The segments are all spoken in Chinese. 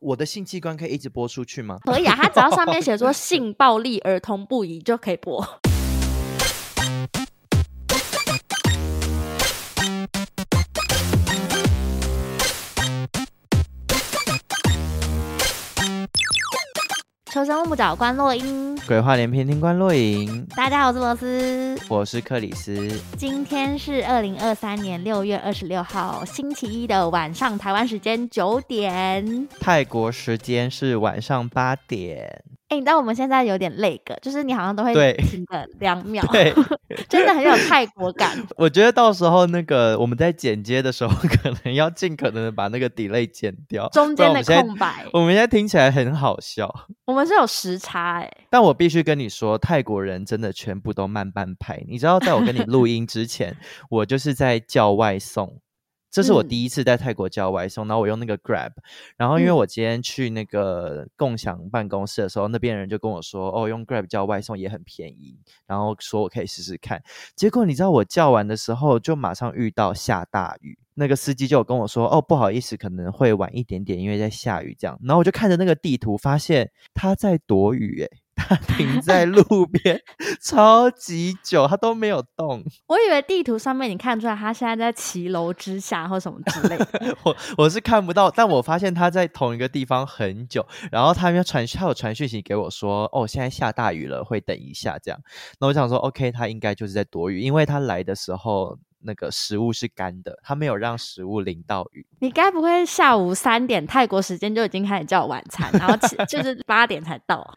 我的性器官可以一直播出去吗？可以啊，它只要上面写说性暴力儿童不宜就可以播。 求生问不找关洛英，鬼话连篇，听官落影，大家好，我是罗斯。我是克里斯。今天是二零二三年六月二十六号星期一的晚上，台湾时间九点。泰国时间是晚上八点。哎、你知道我们现在有点累个，就是你好像都会对停个两秒， 对，真的很有泰国 感。我觉得到时候那个我们在剪接的时候， 可能要尽可能的把那个 delay 剪掉。中不然我间的们现在空白，我们现在听起来很好笑，我们是有时差哎、但我必须跟你说，泰国人真的全部都慢半拍。你知道，在我跟你 录音之前，我就是在叫外送。这是我嗯第一次在泰国叫外送，然后我用那个 Grab，然后因为嗯我今天去那个共享办公室的时候，那边人就跟我说，哦，用 Grab 叫外送也很便宜，然后说我可以试试看。结果你知道我叫完的时候，就马上遇到下大雨，那个司机就有跟我说，哦，不好意思，可能会晚一点点，因为在下雨这样。然后我就看着那个地图，发现他在躲雨、欸，他停在路边 超级久，他都没有动。 我以为地图上面你看出来他现在在骑楼之下或什么之类的， 我我是看不到，但我发现他在同一个地方很久，然后他又传他有传讯息给我说，哦，现在下大雨了，会等一下这样。那我想说，OK，他应该就是在躲雨，因为他来的时候那个食物是干的，他没有让食物淋到雨。你该不会下午三点泰国时间就已经开始叫晚餐，然后起 就是八点才到啊？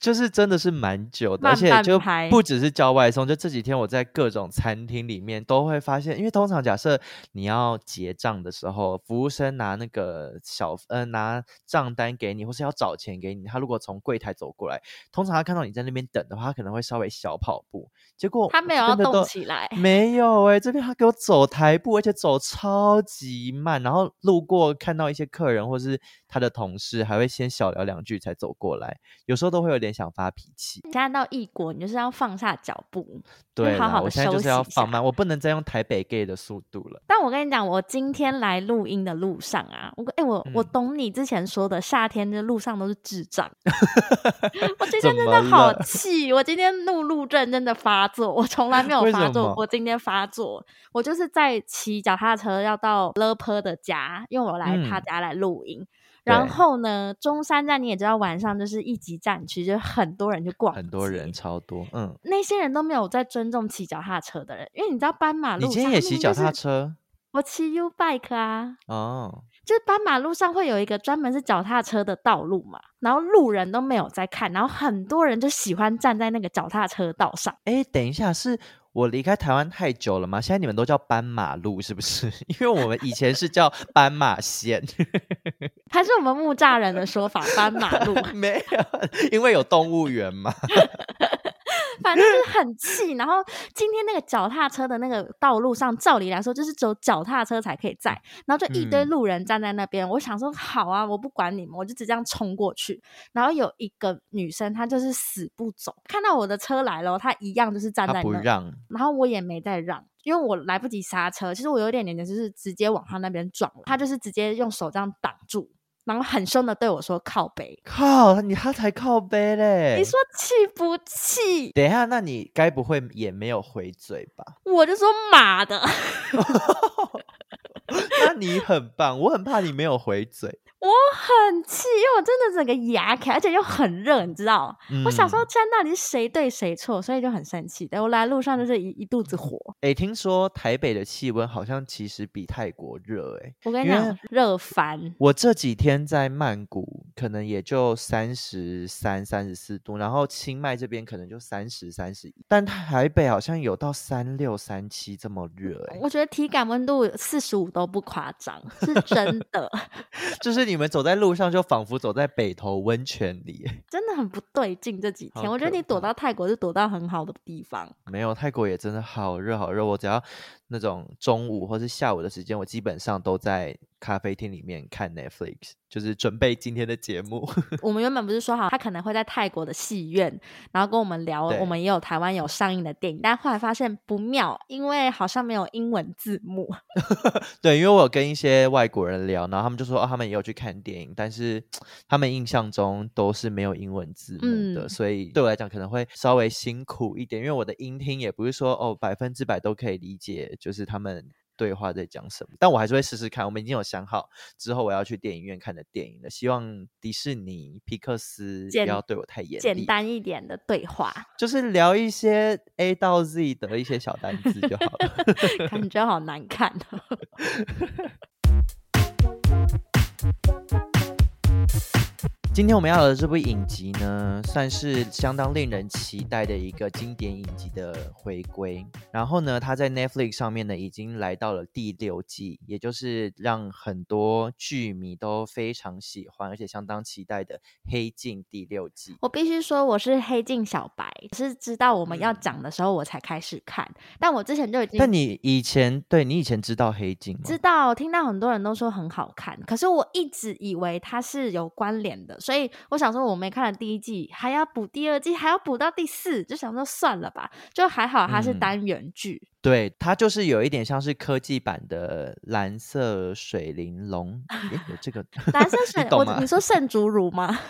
就是真的是蛮久的，慢而半且就拍不只是叫外送，就这几天我在各种餐厅里面都会发现，因为通常假设你要结账的时候，服务生拿那个小呃拿账单给你，或是要找钱给你，他如果从柜台走过来，通常他看到你在那边等的话，他可能会稍微小跑步，结果他没有要真的动都起来，没有哎、这边他给我走台步，而且走超级慢，然后路过看到一些客人或是他的同事，还会先小聊两句才走过来，有时候都会有点想发脾气。现在到异国，你就是要放下脚步。就对嗯好啦好我地现在休就是息要一放下慢，我不能再用台北 gay 的速度了。但我跟你讲，我今天来录音的路上啊，我哎、我我嗯懂你之前说的，夏天这路上都是 智障。我今怎天真么的好了 气，我今天怒路症真的发作，我从来没有为发什作么过，今天发作。我就是在骑脚踏车要到勒坡的家，因为我来他嗯家来录音。然对后呢，中山站你也知道，晚上就是一级战区，就是很多人去逛街，很多人超多，嗯，那些人都没有在尊重骑脚踏车的人，因为你知道斑马路你上，今天它也明骑明脚就是踏车我骑 U bike 啊，哦？就是斑马路上会有一个专门是脚踏车的道路嘛，然后路人都没有在看，然后很多人就喜欢站在那个脚踏车道上。哎，等一下，是我离开台湾太久了吗？现在你们都叫斑马路是不是？ 因为我们以前是叫斑马线。 还是我们木栅人的说法，斑马路， 没有，因为有动物园嘛。反正就是很气。然后今天那个脚踏车的那个道路上，照理来说就是只有脚踏车才可以在，然后就一堆嗯路人站在那边。我想说，好啊，我不管你们，我就直接这样冲过去。然后有一个女生，她就是死不走，看到我的车来了，她一样就是站他在不那。让，然后我也没再让，因为我来不及刹车。其实我有点点就是直接往他那边撞了，他就是直接用手这样挡住，然后很凶的对我说：“靠北。靠你他才靠背嘞！你说气不气？等一下，那你该不会也没有回嘴吧？我就说妈的， 那你很棒，我很怕你没有回嘴。我很气，因为我真的整个牙开，而且又很热，你知道？我想说，嗯，现在到底是谁对谁错，所以就很生气。对我来路上就是一一肚子火。哎、听说台北的气温好像其实比泰国热哎、我跟你因为讲，热烦。我这几天在曼谷，可能也就三十三、三十四度，然后清迈这边可能就三十、三十一，但台北好像有到三六、三七这么热哎、我觉得体感温度四十五都不夸张，是真的。就是你们走在路上，就仿佛走在北投温泉里。真的很不对劲。这几天，好我觉得可你躲怕到泰国是躲到很好的地 方。没有，泰国也真的好热好热。我只要那种中午或是下午的时间，我基本上都在咖啡厅里面看 Netflix，就是准备今天的节目。我们原本不是说好，他可能会在泰国的戏院，然后跟我们聊，对我们也有台湾有上映的电影，但后来发现不妙，因为好像没有英文字幕。对，因为我有跟一些外国人聊，然后他们就说，哦，他们也有去看电影，但是他们印象中都是没有英文字幕的，嗯所以对我来讲可能会稍微辛苦一点，因为我的音听也不是说哦百分之百都可以理解，就是他们。对话在讲什么？但我还是会试试看。我们已经有想好之后我要去电影院看的电影了。希望迪士尼、皮克斯不简要对我太严厉。简单一点的 对话，就是聊一些 A 到 Z 的一些小单字就好了。感觉好难看、哦。 今天我们要聊的这部影集呢，算是相当令人期待的一个经典影集的回归。然后呢，它在 Netflix 上面呢已经来到了第六季，也就是让很多剧迷都非常喜欢，而且相当期待的《黑镜》第六季。我必须说，我是黑镜小白，是直到我们要嗯讲的时候我才开始看，但我之前就已经但你以前对你以前知道《黑镜》嗯知吗？道，听到很多人都说很好看，可是我一直以为它是有关联的，所以我想说我没看了第一季，还要补第二季，还要补到第四，就想说算了吧，就还好它是嗯单元剧，对，它就是有一点像是科技版的《蓝色水玲珑》诶，有这个蓝色水你，懂我吗你说圣竹如吗？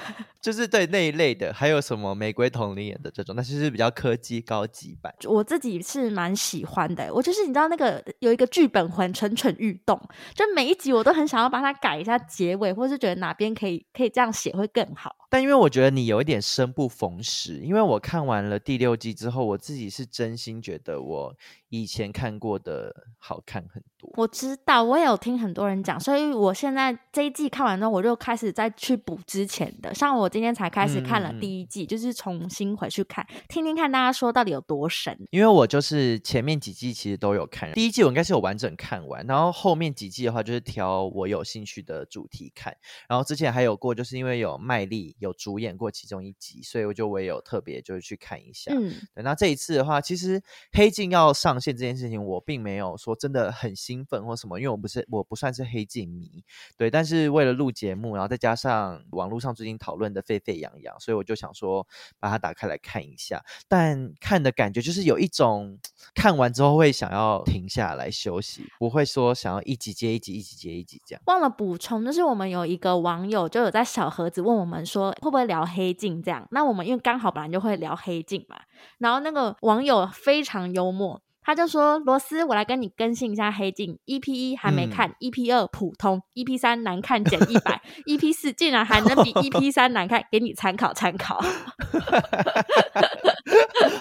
就是对那一类的，还有什么玫瑰同林演的这种，那就是比较科技高级版。我自己是蛮喜欢的欸、我就是你知道那个有一个剧本魂蠢蠢欲动，就每一集我都很想要把它改一下结尾，或是觉得哪边可以可以这样写会更好。但因为我觉得你有一点生不逢时，因为我看完了第六季之后，我自己是真心觉得我以前看过的好看很多。我知道，我也有听很多人讲，所以我现在这一季看完之后，我就开始再去补之前的。像我今天才开始看了嗯嗯嗯第一季，就是重新回去看，听听看大家说到底有多神。因为我就是前面几季其实都有看，第一季我应该是有完整看完，然后后面几季的话就是挑我有兴趣的主题看。然后之前还有过，就是因为有麦莉有主演过其中一集，所以我就我也有特别就是去看一下。嗯，对，那这一次的话，其实《黑镜》要上线这件事情，我并没有说真的很兴奋或什么，因为我不是我不算是黑镜迷，对。但是为了录节目，然后再加上网络上最近讨论的沸沸扬扬，所以我就想说把它打开来看一下。但看的感觉就是有一种看完之后会想要停下来休息，不会说想要一集接一集、一集接一集这样。 忘了补充，就是我们有一个网友就有在小盒子问我们说会不会聊黑镜这样，那我们因为刚好本来就会聊黑镜嘛，然后那个网友非常幽默。他就说：“罗斯，我来跟你更新一下《黑镜》EP 一还没嗯看、e p 二普通，EP 三难看减一百 ，EP 四竟然还能 比 EP 三难看，给你参考参考。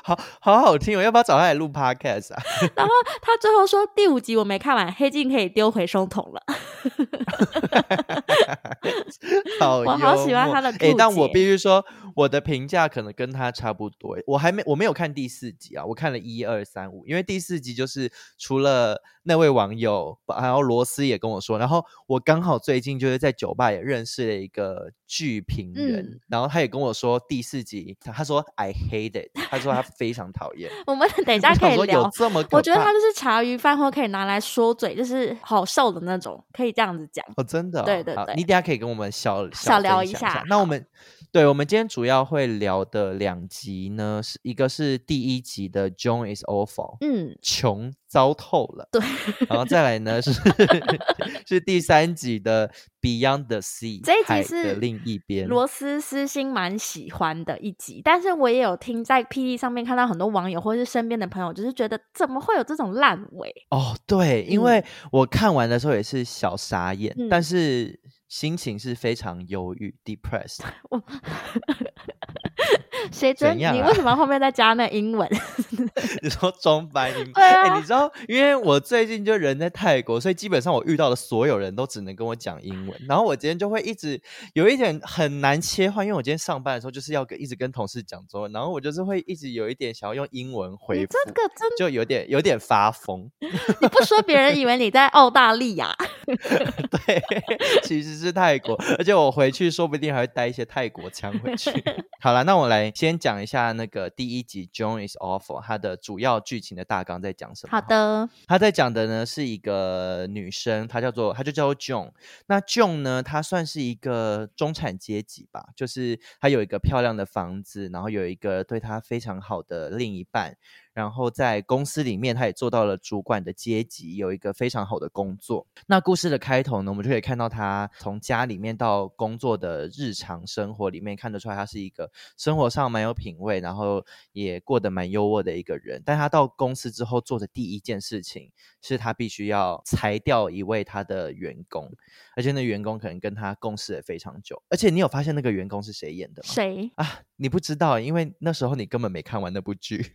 好好好听哦，要不要找他来录 podcast 啊？他最后说第五集我没看完，《黑镜》可以丢回收桶了。 好 我好喜幽欢默他的诶注但我解必须说，我的评价可能跟他差不多。我还没我没有看第四集啊，我看了一二三五，因为第四集就是除了那位网友，然后罗斯也跟我说，然后我刚好最近就是在酒吧也认识了一个剧评人，嗯然后他也跟我说第四集，他他说 I hate it，他说他非常讨厌。我们等一我下可想以说聊有这么可怕，我觉得它就是茶余饭后可以拿来说嘴，就是好受的那种，可以这样子讲。哦，真的哦、对对好对你等一下可以跟我们小小聊分一享下那我们对，我们今天主要会聊的两集呢，是一个是第一集的 John is awful，嗯，穷糟透了，对，然后再来呢是 是第三集的 Beyond the Sea，这一集海是的另一边。罗斯私心蛮喜欢的一集，但是我也有听在 P D 上面看到很多网友或是身边的朋友，就是觉得怎么会有这种烂尾？哦，对，因嗯为我看完的时候也是小傻眼，但嗯是心情是非常忧郁 （depressed）。谁准怎样你啊为什么后面再 加那英文？你说中翻英？对哎啊你知道，因为我最近就人在泰国，所以基本上我遇到的所有人都只能跟我讲英文。然后我今天就会一直有一点很难切换，因为我今天上班的时候就是要跟一直跟同事讲中文，然后我就是会一直有一点想要用英文回你复，这个真就有点有点发疯。 你不说，别人以为你在澳大利亚。对，其实是泰国，而且我回去说不定还会带一些泰国腔回去。好了，那我来先讲一下那个第一集《John is Awful》它的主要剧情的大纲在讲什么。好，的，他在讲的呢是一个女生，她叫做她就叫做 John。那 John 呢，她算是一个中产阶级吧，就是她有一个漂亮的房子，然后有一个对她非常好的另一半，然后在公司里面她也做到了主管的阶级，有一个非常好的工作。那故事的开头呢，我们就可以看到她从家里面到工作的日常生活里面看得出来，她是一个生活上蛮有品味，然后也过得蛮优渥的一个人。但她到公司之后做的第一件事情，是她必须要裁掉一位她的员工，而且那员工可能跟她共事了非常久。而且你有发现那个员工是谁演的吗？谁？啊，你不知道，因为那时候你根本没看完那部剧 《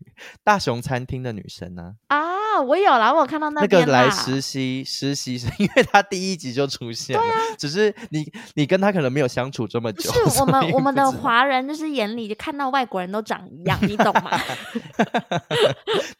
大熊餐厅的女生》呢。啊，我有啦，我有看到那个边啦。来实习实习生，因为他第一集就出现了，只是你你跟他可能没有相处这么久，啊是我所们以我不们的知道华人就是眼里就看到外国人都长一样，你懂吗？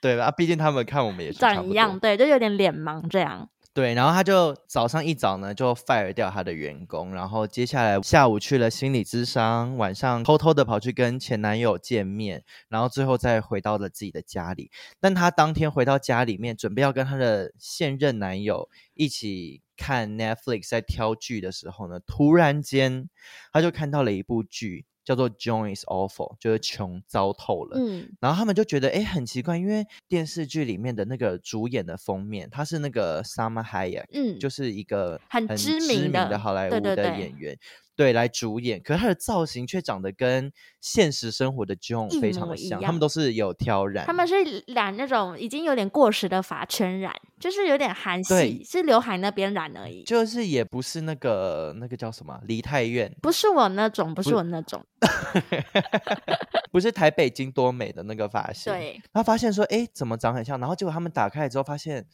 对吧？毕竟他们看我们也是差不长一多样，对，就有点脸盲这样。对，然后他就早上一早呢就 fire 掉他的员工，然后接下来下午去了心理咨商，晚上偷偷的跑去跟前男友见面，然后最后再回到了自己的家里。但他当天回到家里面，准备要跟他的现任男友一起看 Netflix 在挑剧的时候呢，突然间他就看到了一部剧，叫做《John is Awful》，就是穷糟透了。嗯，然后他们就觉得，哎，很奇怪，因为电视剧里面的那个主演的封面，他是那个 Sama Hayek，嗯，就是一个很知知名名的的好莱对坞对的对演员，对来主演，可是他的造型却长得跟现实生活的 John 一非常模的一像，他样们都是有挑染，他们是染那种已经有点过时的发圈染，就是有点韩系，对是刘海那边染而已，就是也不是那个那个叫什么啊梨泰院，不是我那种，不是我那种。不是台北京多美的那个发型，对，他发现说，哎，怎么长很像？然后结果他们打开来之后，发现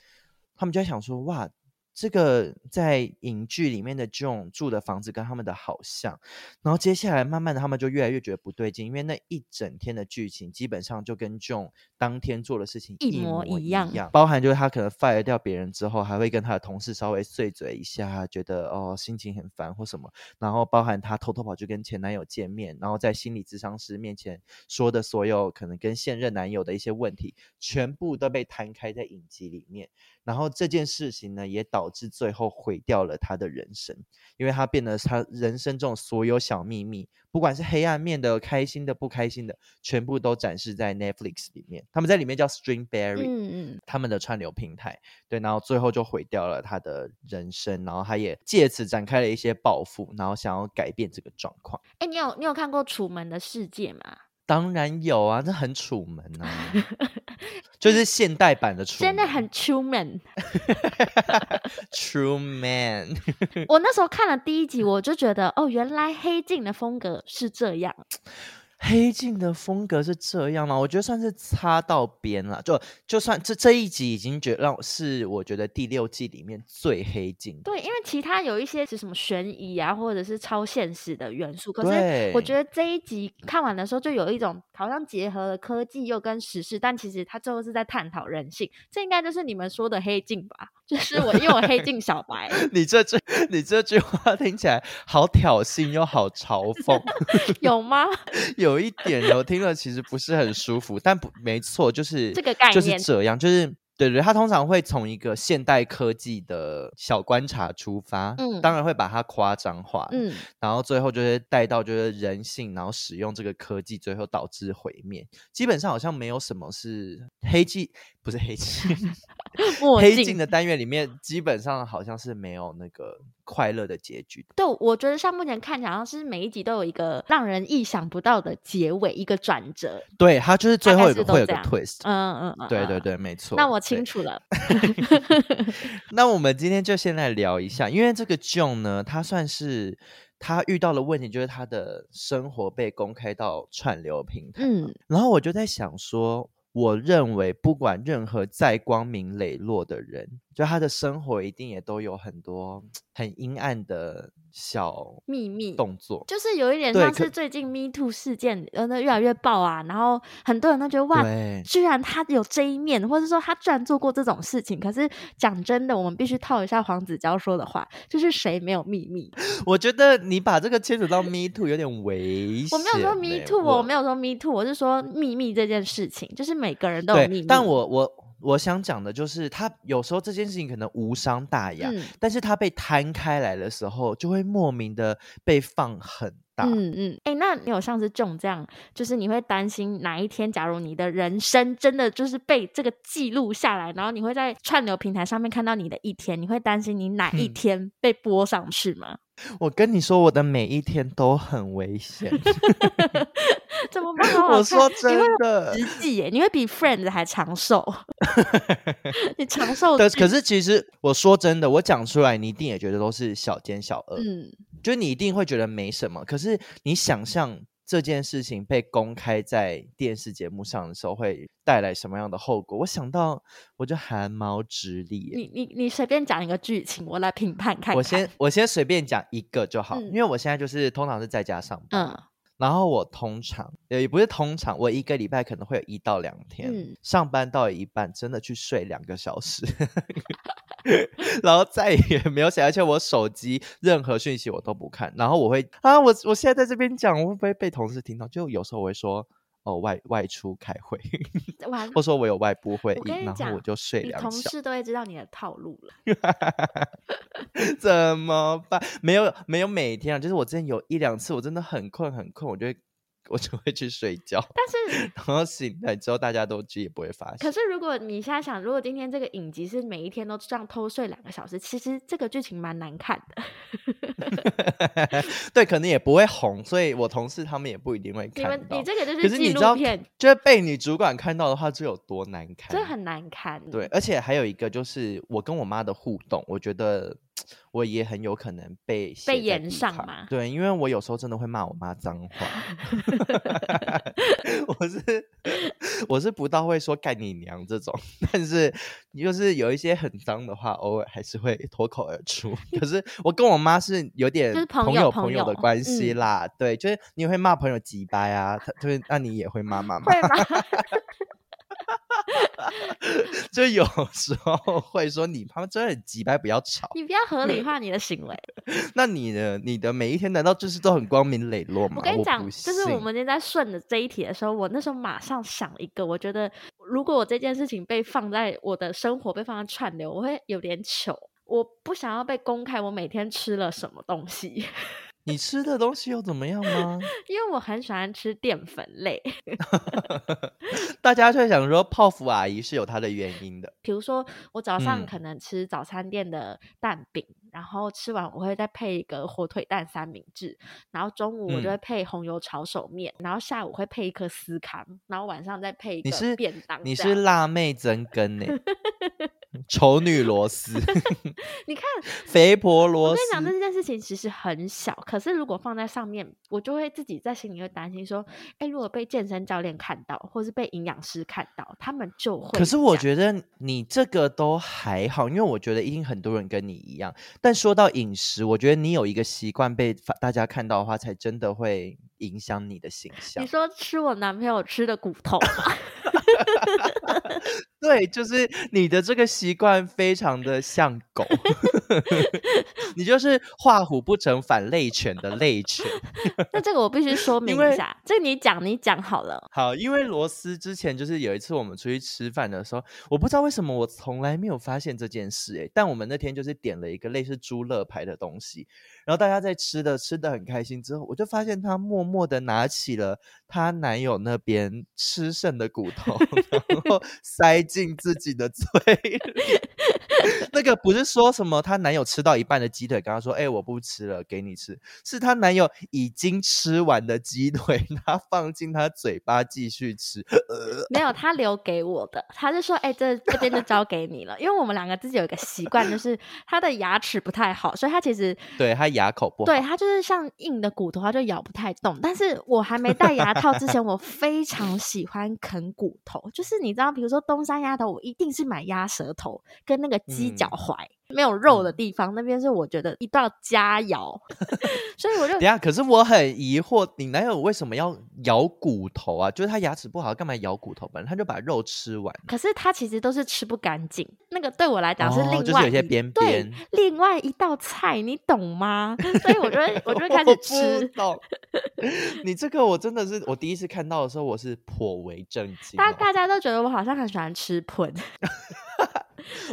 他们就在想说，哇，这个在影剧里面的 John 住的房子跟他们的好像。然后接下来慢慢的，他们就越来越觉得不对劲，因为那一整天的剧情基本上就跟 John 当天做的事情一模模一一样包含就是他可能 fire 掉别人之后，还会跟他的同事稍微碎嘴一下，觉得哦心情很烦或什么。然后包含她偷偷跑去跟前男友见面，然后在心理咨商师面前说的所有可能跟现任男友的一些问题，全部都被摊开在影集里面。然后这件事情呢，也导致最后毁掉了她的人生，因为她变得她人生中所有小秘密，不管是黑暗面的、开心的、不开心的，全部都展示在 Netflix 里面。他们在里面叫 Stringberry，、嗯嗯，他们的串流平台，对，然后最后就毁掉了他的人生，然后他也借此展开了一些报复，然后想要改变这个状况。哎、你有你有看过《楚门的世界》吗？当然有啊，这很楚门 啊，就是现代版的楚真门，的很 Truman。 True Man，我那时候看了第一集，我就觉得哦，原来黑镜的风格是这样。黑镜的风格是这样吗？我觉得算是擦到边了，就就算这这一集已经觉让我是我觉得第六季里面最黑镜的，对，因为其他有一些是什么悬疑啊，或者是超现实的元素，可是对，我觉得这一集看完的时候，就有一种好像结合了科技又跟时事，但其实它最后是在探讨人性。这应该就是你们说的黑镜吧？就是我，因为我黑镜小白， 你这句你这句话听起来好挑衅又好嘲 讽，有吗？有一点哦，听了其实不是很舒服，但不没错，就是这个概就是念这样，就是对对，他通常会从一个现代科技的小观察出发，嗯当然会把它夸张化， 嗯，然后最后就是带到就是人性，然后使用这个科技，最后导致毁灭。基本上好像没有什么是黑镜，不是黑镜， 墨黑镜镜。的单元里面基本上好像是没有那个快乐的结局的。对，我觉得像目前看起来，好像是每一集都有一个让人意想不到的结尾，一个转折。对，它就是最大概后有是个都会有这个样 twist。嗯嗯嗯，对嗯对嗯对，没错。那我对清楚 了。那我们今天就先来聊一下，因为这个 John 呢，他算是他遇到的问题就是他的生活被公开到串流平台，嗯，然后我就在想说，我认为不管任何再光明磊落的人，就他的生活一定也都有很多很阴暗的小秘密。动作。就是有一点对像可是最近 Me Too 事件，呃，那越来越爆啊，然后很多人都觉得哇，对，居然他有这一面，或者说他居然做过这种事情。可是讲真的，我们必须套一下黄子佼说的话，就是谁没有秘密？我觉得你把这个牵扯到 Me Too 有点危我险没欸。有说 me too，我我没有说 me too，我是说秘密这件事情，就是每个人都有秘对密。，但我我我想讲的就是，他有时候这件事情可能无伤大雅，嗯但是他被摊开来的时候，就会莫名的被放很大。嗯嗯，哎、那你有像是中这样，就是你会担心哪一天，假如你的人生真的就是被这个记录下来，然后你会在串流平台上面看到你的一天，你会担心你哪一嗯天被播上去吗？ 我跟你说，我的每一天都很危险。怎么 办？好好我说看你会真的，实际耶，你会比 Friends 还 长寿，你长寿但剧可是其实我说真的，我讲出来，你一定也觉得都是小奸小恶，嗯，就是你一定会觉得没什么。可是你想象这件事情被公开在电视节目上的时候，会带来什么样的后果？我想到我就汗毛直立耶。你你你随便讲一个剧情，我来评判看看。我先我先随便讲一个就好，嗯因为我现在就是通常是在家上班，嗯然后我通常呃也不是通常，我一个礼拜可能会有一到两天、嗯上班到一半，真的去睡两个小时， 然后再也没有想，而且我手机任何讯息我都不看，然后我会啊，我我现在在这边讲，我会不会被同事听到？就有时候我会说。哦，外外出开会， 完或说我有外部会我议跟，你然后讲我就睡你两同小事都会知道你的套路了。 怎么办？没有没有每天啊，就是我之前有一两次，我真的很困很困，我就会 我就会去睡觉，但是，然后醒来之后大家都其实也不会发可现。是如果你现在想，如果今天这个影集是每一天都这样偷睡两个小时，其实这个剧情蛮难看的。对，可能也不会红，所以我同事他们也不一定会你看们到。你这个就可是纪你知录道片，，就是被女主管看到的话，这有多难堪？这很难看。对，，而且还有一个就是我跟我妈的互动，我觉得我也很有可能被写在延地上毯吗对，因为我有时候真的会骂我妈脏话， 我是 我是不到会说干你娘这种，但是就是有一些很脏的话，偶尔还是会脱口而出。可是我跟我妈是有点就是朋朋友朋朋友的友关系嗯啦，对，就是你会骂朋友鸡掰啊，她就是那你也会骂妈妈。会吗？ 就有时候会说你他妈真的很急掰，不要吵。你不要合理化你的行 为。那你呢？你的每一天难道就是都很光明磊落吗？我跟嗯你不讲，就是我信们今天在顺着这一题的时候，我那时候马上想一个，我觉得如果我这件事情被放在我的生活被放在串流，我会有点糗。我不想要被公开我每天吃了什么东西， 你吃的东西又怎么样吗？因为我很喜欢吃淀粉类，大家就会想说泡芙阿姨是有她的原因的。比如说我早上嗯可能吃早餐店的蛋饼，然后吃完我会再配一个火腿蛋三明治，然后中午我就嗯会配红油炒手面，然后下午会配一颗司康，然后晚上再配一你个是便当这样。你是辣妹增根 呢、丑女螺丝，你看 肥婆我螺跟你讲，丝。这件事情其实很小，可是如果放在上面，我就会自己在心里会担心说，哎，如果被健身教练看到，或是被营养师看到，他们就会讲。可是我觉得你这个都还好，因为我觉得一定很多人跟你一样。但说到饮食，我觉得你有一个习惯被大家看到的话，才真的会影响你的形象你。说吃我男朋友吃的骨头吗，对，就是你的这个习惯非常的像狗， 你就是画虎不成反类犬的类犬。那这个我必 须说明一为下，这个你讲你讲好了，好，因为罗斯之前就是有一次我们出去吃饭的时候，我不知道为什么我从来没有发现这件事诶、欸但我们那天就是点了一个类似猪肋排的东西，然后大家在吃的吃的很开心之后，我就发现她默默的拿起了她男友那边吃剩的骨头，然后塞进自己的嘴里。 那个不是说什么她男友吃到一半的鸡腿，跟她说：“哎、我不吃了，给你吃。”是她男友已经吃完的鸡腿， 她放进她嘴巴继续吃。没有他留给我的，他就说，哎，这这边就交给你了，因为我们两个自己有一个习惯，就是他的牙齿不太好，所以他其实对她牙口不好，对，它就是像硬的骨头，它就咬不太动。但是我还没戴牙套之前，我非常喜欢啃骨头，就是你知道，比如说东山鸭头，我一定是买鸭舌头跟那个鸡脚嗯踝、没有肉的地方，那边是我觉得一定要佳 肴，所以我就等一下，可是我很疑惑，你男友为什么要咬骨头啊？就是他牙齿不好，干嘛咬骨头？本来他就把肉吃完。可是它其实都是吃不干净，那个对我来讲是哦另外一、就是有些边边对另外一道菜，你懂吗？ 所以我就会我 就会开始吃。 到你这个我真的是，我第一次看到的时候，我是颇为震惊哦、大大家都觉得我好像很喜欢吃喷，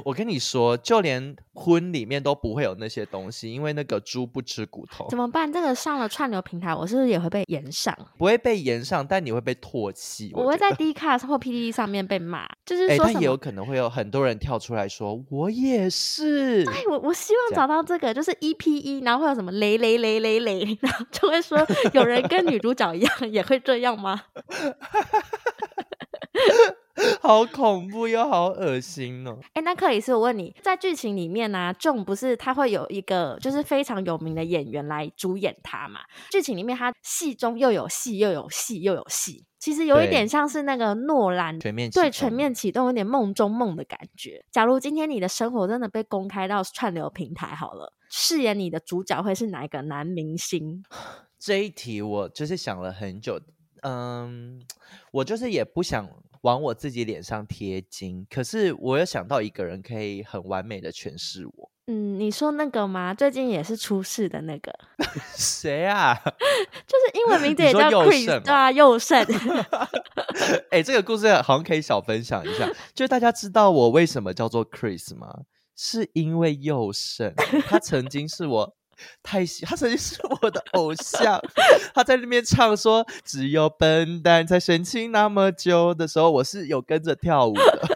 我跟你说，就连婚里面都不会有那些东西，因为那个猪不吃骨头怎，么办？这个上了串流平台，我是不是也会被延上？不会被延上，但你会被唾弃。我会觉得在 D 卡或 PDD 上面被骂，就是哎、说但什也有么？可能会有很多人跳出来说，我也是。哎，我我希这望样找到这个，就是一 p 一，然后会有什么雷雷雷雷雷， 然后就会说有人跟女主角一样也会这样吗？好恐怖又好恶心哦！哎，那克里斯，我问你，在剧情里面呢、啊，仲不是他会有一个就是非常有名的演员来主演他嘛？剧情里面他戏中又有戏，又有戏，又有戏，其实有一对点像是那个诺兰全面对启全动面启动有点梦中梦的感觉。假如今天你的生活真的被公开到串流平台好了，饰演你的主角会是哪一个男明星？这一题，我就是想了很久。嗯，我就是也不想往我自己脸上贴金，可是我有想到一个人可以很完美的诠释我。 嗯，你说那个吗？最近也是出事的那个，谁啊？就是英文名字 你也说叫佑胜哦 Chris，对啊，佑胜。 哎、这个故事好像可以小分享一下。就大家知道我为什么叫做 Chris 吗？是因为佑胜，他曾经是我太喜，他曾经是我的偶像。他在那边唱说“只有笨蛋才深情那么久”的时候，我是有跟着跳舞的。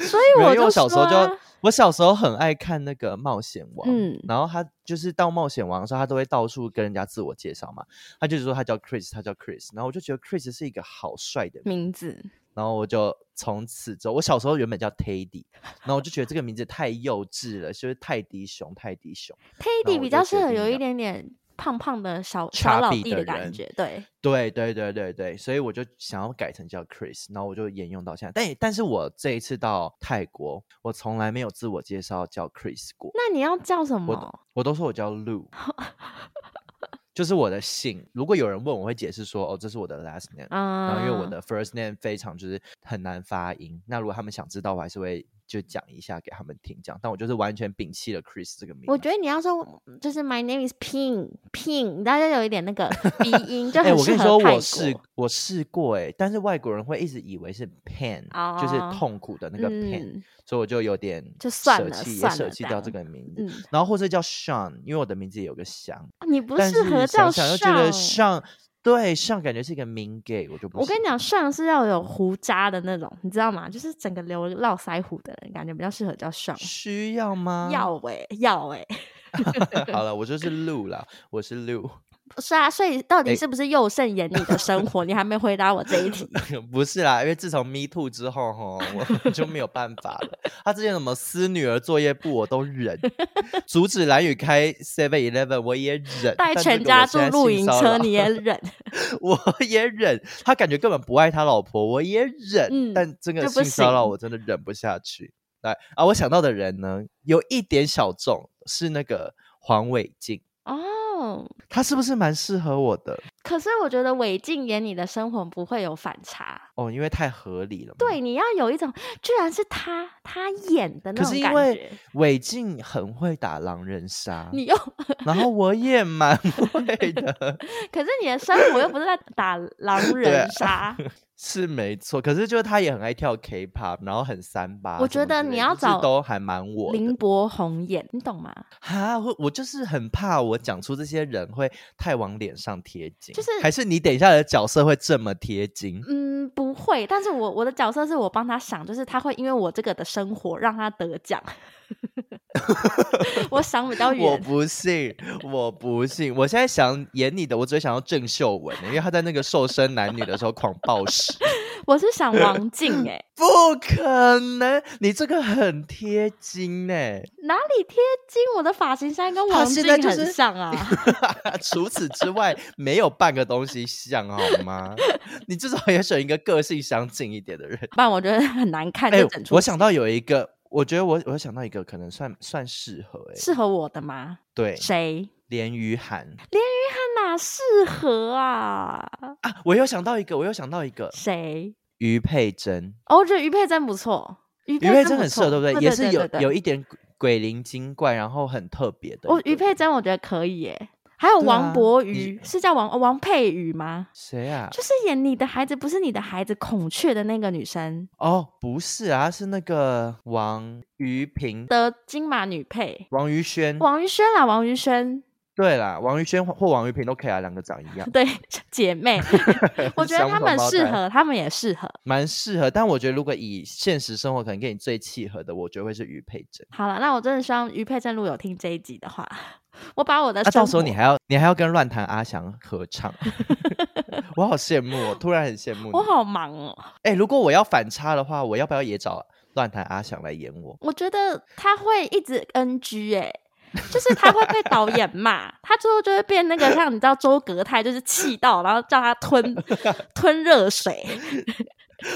所以没有哎我 因就为我小时候说啊就，我小时候很爱看那个《冒险王》，嗯然后他就是到《冒险王》的时候，他都会到处跟人家自我介绍嘛。他就是说他叫 Chris，他叫 Chris，然后我就觉得 Chris 是一个好帅的名字。然后我就从此之后，我小时候原本叫 Teddy，然后我就觉得这个名字太幼稚了，就是泰迪熊，泰迪熊。那 Teddy 我比就决较适合定有要一点点胖胖的小小叉老臂弟的的感人觉，对，对对对对对，所以我就想要改成叫 Chris，然后我就沿用到现在。但但是我这一次到泰国，我从来没有自我介绍叫 Chris 过，那你要叫什么？我都说我叫 Lu，就是我的姓。如果有人问，我会解释说，哦，这是我的 last name。然后因为我嗯的 first name 非常就是很难发音，那如果他们想知道，我还是会就讲一下给他们听，这样。但我就是完全摒弃了 Chris 这个名字。我觉得你要说就是 My name is Ping Ping，大家有一点那个鼻音，就 哎、很我适跟你合说，泰我国试我试过哎、但是外国人会一直以为是 pain，、就是哦痛苦的那个 pain，嗯所以我就有点就算舍了弃也算舍了弃这掉这样个名字。嗯，哦然后或者叫 Sean，因为我的名字也有个翔，你不但适合是叫想想又觉得上。 Sean 对 Sean 感觉是一个名 gay，我就不我跟喜你讲，上是要有胡渣的那种，你知道吗？就是整个留络腮胡的人，感觉比较适合叫上。需要吗？要哎、要哎、 好了，我就是鹿啦，我是鹿， 是啊，所以到底哎是不是佑胜演你的生活？你还没回答我这一题。 不是啦，因为自从 Me Too 之后，吼，我就没有办法了。 他之前什么撕女儿作业簿我都 忍，阻止蓝宇开 Seven Eleven 我也忍，但带这全个家我住现在露性营骚车，扰你也忍， 我也忍。他感觉根本不爱他老婆，我也忍。嗯但这个就不性骚扰行我真的忍不下去。来啊，我想到的人呢，有一点小众是那个黄伟晋，哦。他是不是蛮适合我的？可是我觉得韦静演你的生活不会有反差，哦，因为太合理了嘛。对，你要有一种居然是他他演的那可种是因感为觉，韦静很会打狼人杀，你又然后我也蛮 会的，可是你的生活又不是在打 狼啊人杀，是没错。可是就是他也很爱跳 K-pop，然后很三八什么之类的。我觉得你要就是找都还蛮 我的林柏宏演，你懂吗？哈，我我就是很怕我讲出这些人会太往脸上贴金，就是还是你等一下的角色会这么贴金。嗯，不会，但是我我的角色是我帮他想，就是他会因为我这个的生活让他得奖， 我想比 较我远。不信，我不信。我现在想演你的，我只会想到郑秀文，欸因为她在那个瘦身男女的时候狂暴食。 我是想王静哎、不可能，你这个很贴金欸呢、哪里贴金？我的发型现在跟他王现静在就是很像啊。 除此之外，没有半个东西像，好吗？你至少也选一个个性相近一点的人。不然我觉得很难看，哎、就整出戏、我想到有一个，我觉得我我想到一个，可能算算适合、哎，适合我的吗？对，谁？连于涵他哪适合啊？啊，我又想到一个，我又想到一个，谁？于佩珍，哦，我觉得于佩珍不错，于于佩佩珍珍不很适合，错对不对？对？也是有对对哦有一点鬼鬼灵精怪，然后很特别的一个人。我于佩珍，我觉得可以耶。还有对王啊博你宇、是叫王哦王佩宇吗？谁啊？就是演你的孩子不是你的孩子孔雀的那个女生哦，不是啊，是那个王于平、的金马女配王于轩。王于轩啦，王于轩，对啦，王于轩或或王于平都可以啊，两个长一样对姐妹， 我觉得双他双们胞适胎合，他们也适合。蛮适合。但我觉得如果以现实生活可能跟你最契合的，我觉得会是于佩珍。好了，那我真的希望于佩珍如果有听这一集的话，我把我的那、呃生啊到时候活你还要你还要跟乱弹阿翔合 唱，我好羡慕哦，突然很羡慕你。我好忙哦，哎、如果我要反差的话，我要不要也找乱弹阿翔来演我？ 我觉得他会一直 NG 哎、就是他会被导演骂，他最后就会变那个像你知道周格泰，就是气到，然后叫他 吞吞热水。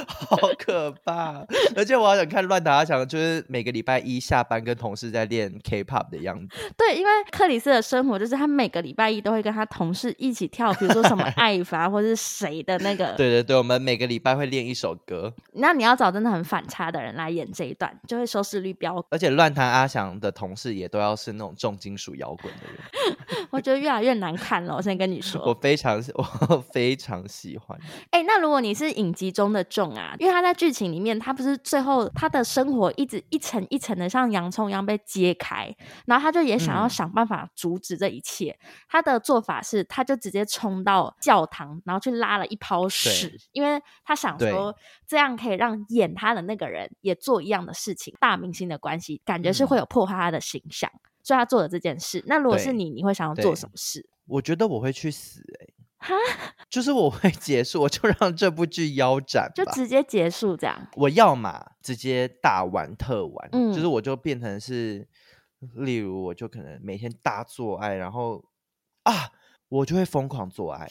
好可怕！而且我好想看乱弹阿翔，就是每个礼拜一下班跟同事在练 K-pop 的样子。对，因为克里斯的生活就是他每个礼拜一都会跟他同事一起跳，比如说什 么艾凡或是谁的那个。对对对，我们每个礼拜会练一首歌，那你要找真的很反差的人来演这一段，就会收视率飙高。而且乱弹阿翔的同事也都要是那种重金属摇滚的人，我觉得越来越难看了，我先跟你说。我非常 我非常喜欢。哎、那如果你是影集中的众啊，因为他在剧情里面，他不是最后他的生活一直一层一层的像洋葱一样被揭开，然后他就也想要嗯想办法阻止这一切。他的做法是，他就直接冲到教堂，然后去拉了一泡屎，因为他想说这样可以让演他的那个人也做一样的事情，大明星的关系感觉是会有破坏他的形象。所以他做了这件事。那如果嗯是对你，你会想要做对什么事？我觉得我会去死哎、哈， 就是我会结束，我就让这部剧腰斩吧，就直接结束这样。我要嘛直接大玩特玩，嗯就是我就变成是，例如我就可能每天大做爱，然后啊，我就会疯狂做爱，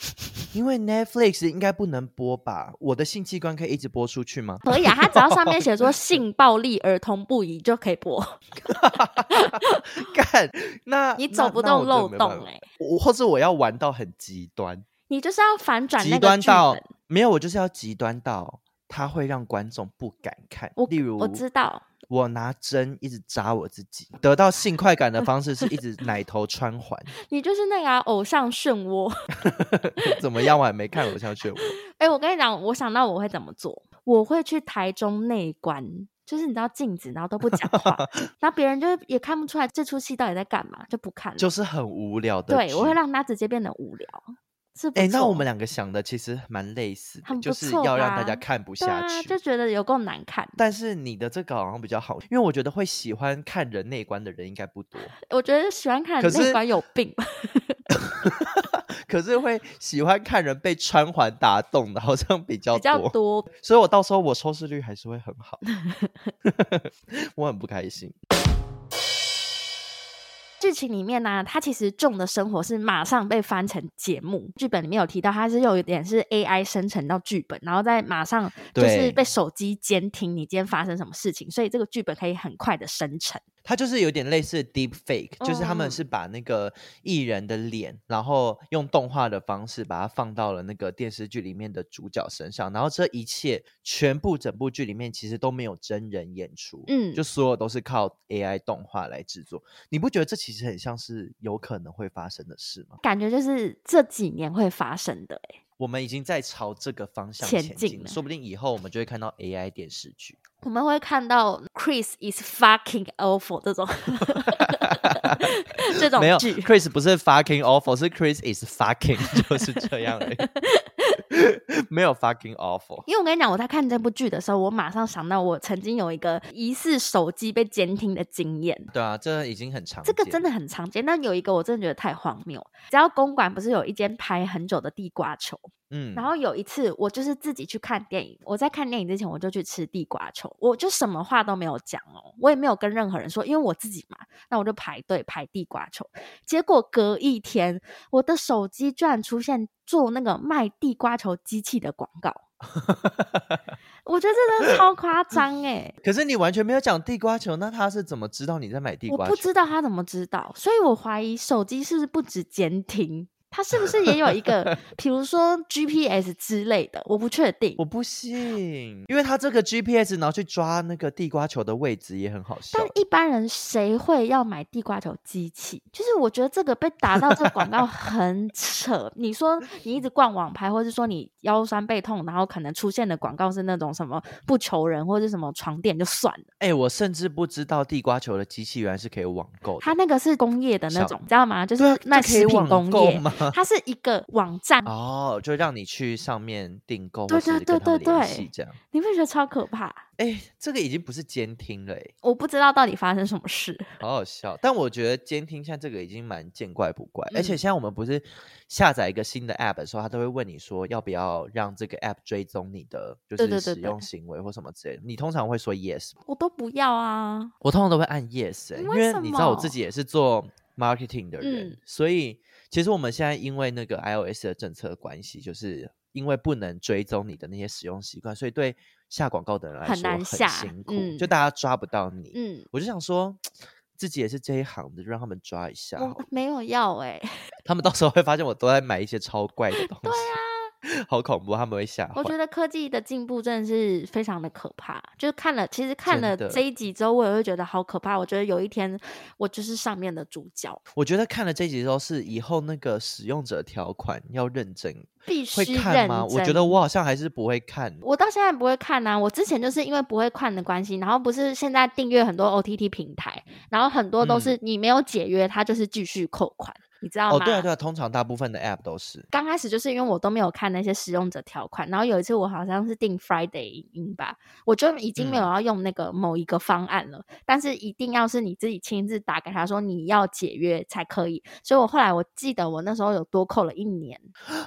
因为 Netflix 应该不能播吧？我的性器官可以一直播出去吗？ 可以啊，他只要上面写说性暴力儿童不宜就可以播， 干，那你那走不那动我真的漏没办洞法哎、我或者我要玩到很极端，你就是要反转那极个端剧到本。没有，我就是要极端到它会让观众不敢看我。例如，我知道，我拿针一直扎我自己，得到性快感的方式是一 直奶头穿环。 你就是那个啊、偶像漩涡。怎么样？我还没看偶像剧，我哎、我跟你讲，我想到我会怎么做，我会去台中内观，就是你知道镜子，然后都不讲 话，然后别人就也看不出来这出戏到底在干嘛，就不看了。就是很无聊的剧。对，我会让他直接变得无聊，是不错。哎、那我们两个想的其实蛮类似的很，不就是错要让大家吧看不对下啊，去。就觉得有够难看。但是你的这个好像比较好，因为我觉得会喜欢看人内观的人应该不多， 我觉得喜欢看可人内是观有病。可是会喜欢看人被穿环打动的，好像比较比较多。所以我到时候我收视率还是会很 好，我很不开心。剧情里面呢、他其实重的生活是马上被翻成节目。剧本里面有提到，他是有一点是 AI 生成到剧本，然后再马上就是对被手机监听你今天发生什么事情，所以这个剧本可以很快的生成。它就是有点类似 deep fake，、就是他嗯们是把那个艺人的脸，然后用动画的方式把它放到了那个电视剧里面的主角身上，然后这一切全部整部剧里面其实都没有真人演出，嗯就所有都是靠 AI 动画来制作。你不觉得这其实很像是有可能会发生的事吗？感觉就是这几年会发生的、欸。我们已经在朝这个方向前前进进了了，说不定以后我们就会看到 AI 电视剧。我们会看到 Chris is fucking awful 这种 这种没有剧， ，Chris 不是 fucking awful，是 Chris is fucking，就是这样而已。 没有 fucking awful。因为我跟你讲，我在看这部剧的时候，我马上想到我曾经有一个疑似手机被监听的经验。对啊，这已经很长这见。个真的很常见，但有一个我真的觉得太荒谬。只要公馆不是有一间拍很久的地瓜球，嗯，然后有一次我就是自己去看电影，我在看电影之前我就去吃地瓜球，我就什么话都没有讲哦，我也没有跟任何人说，因为我自己嘛，那我就排队排地瓜球。结果隔一天，我的手机居然出现做那个卖地瓜球机器的广告，我觉得这真的超夸张哎、可是你完全没有讲地瓜球，那他是怎么知道你在买地我瓜不球？知道他怎么知道，所以我怀疑手机是不是不止监听，它是不是也有一 个，比如说 GPS 之类的，我不确定我。不信，因为他这个 GPS 然后去抓那个地瓜球的位置也很好笑但。一般人谁会要买地瓜球机器？就是我觉得这个被打到这个广告很扯。你说你一直逛网拍，或是说你腰酸背痛，然后可能出现的广告是那种什么不求人或者什么床垫就算了，哎、我甚至不知道地瓜球的机器原来是可以网购的。它那个是工业的那小种，你知道吗？就对啊是，那这可以食品网工购业，吗？它是一个网站，哦，就让你去上面订购，对或是对跟对他们对联对系这样。你会觉得超可怕。哎、这个已经不是监听了、哎，我不知道到底发生什么事。好好笑。但我觉得监听现在这个已经蛮见怪不怪，而且嗯现在我们不是下载一个新的 app 的时候，他都会问你说要不要让这个 app 追踪你的就对对是对使对用行为或什么之类的。你通常会说 yes 吗我都不要啊，我通常都会按 yes，、欸、因为为什你知道我么自己也是做 marketing 的人，嗯所以其实我们现在因为那个 iOS 的政策的关系，就是因为不能追踪你的那些使用习惯，所以对下广告的人来说很难下辛苦，嗯就大家抓不到你。嗯，我就想说，自己也是这一行的，就让他们抓一下好了，我没有要哎、他们到时候会发现我都在买一些超怪的东西，好恐怖，他们会吓坏啊我。觉得科技的进步真的是非常的可怕。就是看了，其实看真了的这一集之后，我也会觉得好可怕。我觉得有一天我就是上面的主角，我觉得看了这集之后，是以后那个使用者条款要认真必会须认看真。吗？我觉得我好像还是不会看。我到现在不会看啊呐、我之前就是因为不会看的关系，然后不是现在订阅很多 OTT 平台，然后很多都是你没有解约，它就是继续扣款，你知道嗯吗？哦，对啊，对啊，通常大部分的 App 都是。刚开始就是因为我都没有看那些使用者条款，然后有一次我好像是订 Friday 影音吧，我就已经没有嗯要用那个某一个方案了，但是一定要是你自己亲自打给他说你要解约才可以，所以我后来我记得我那时候有多扣了一年，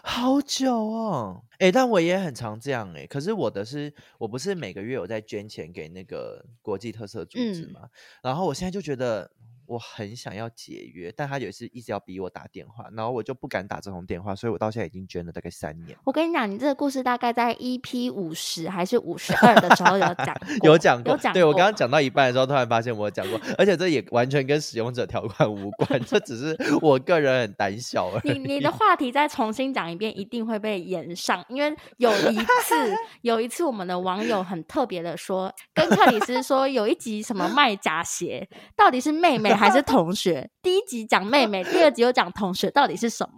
好久哦，哎、但我也很常这样哎、可是我的是，我不是每个月有在捐钱给那个国际特色组织嗯嘛、然后我现在就觉得我很想要解约，但他有一次一直要逼我打电话，然后我就不敢打这通电话，所以我到现在已经捐了大概三 年。我跟你讲，你这个故事大概在 EP 五十还是五十二的时候有讲过， 有讲过，有讲对我刚刚讲到一半的时候，突然发现我有讲过，而且这也完全跟使用者条款无关，这只是我个人很胆小而已。你你的话题再重新讲一遍，一定会被延上，因为有一次有一次我们的网友很特别的说，跟克里斯说有一集什么卖假鞋，到底是妹妹还是同学？第一集讲妹妹，第二集又讲同学，到底是什么？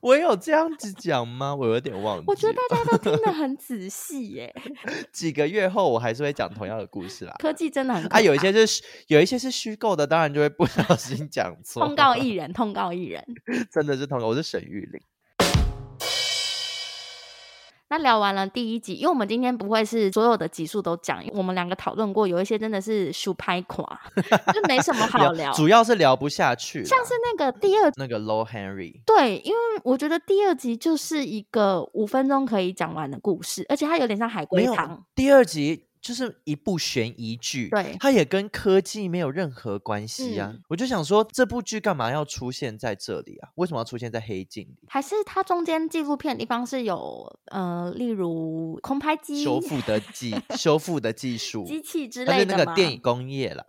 我有这样子讲吗？我有点忘记了。我觉得大家都听得很仔细耶，几个月后我还是会讲同样的故事啦。科技真 的很可怕啊，有一些是虚有一些是虚构的，当然就会不 小心讲错。通告艺人，通告艺人。真的是通告，我是沈玉玲。那聊完了第一集，因为我们今天不会是所有的集数都讲，我们两个讨论过，有一些真的是数拍垮，就没什么好聊。主要是聊不下去啦，像是那个第二那个 Low Henry，对，因为我觉得第二集就是一个五分钟可以讲完的故事，而且它有点像海没龟有汤。第二集就是一部悬疑剧，对它也跟科技没有任何关系啊。嗯我就想说，这部剧干嘛要出现在这里啊？为什么要出现在黑镜里？还是它中间纪录片的地方是有呃，例如空拍机、修复的 技，修复的技术，机器之它类是那的个吗？电影工业啦。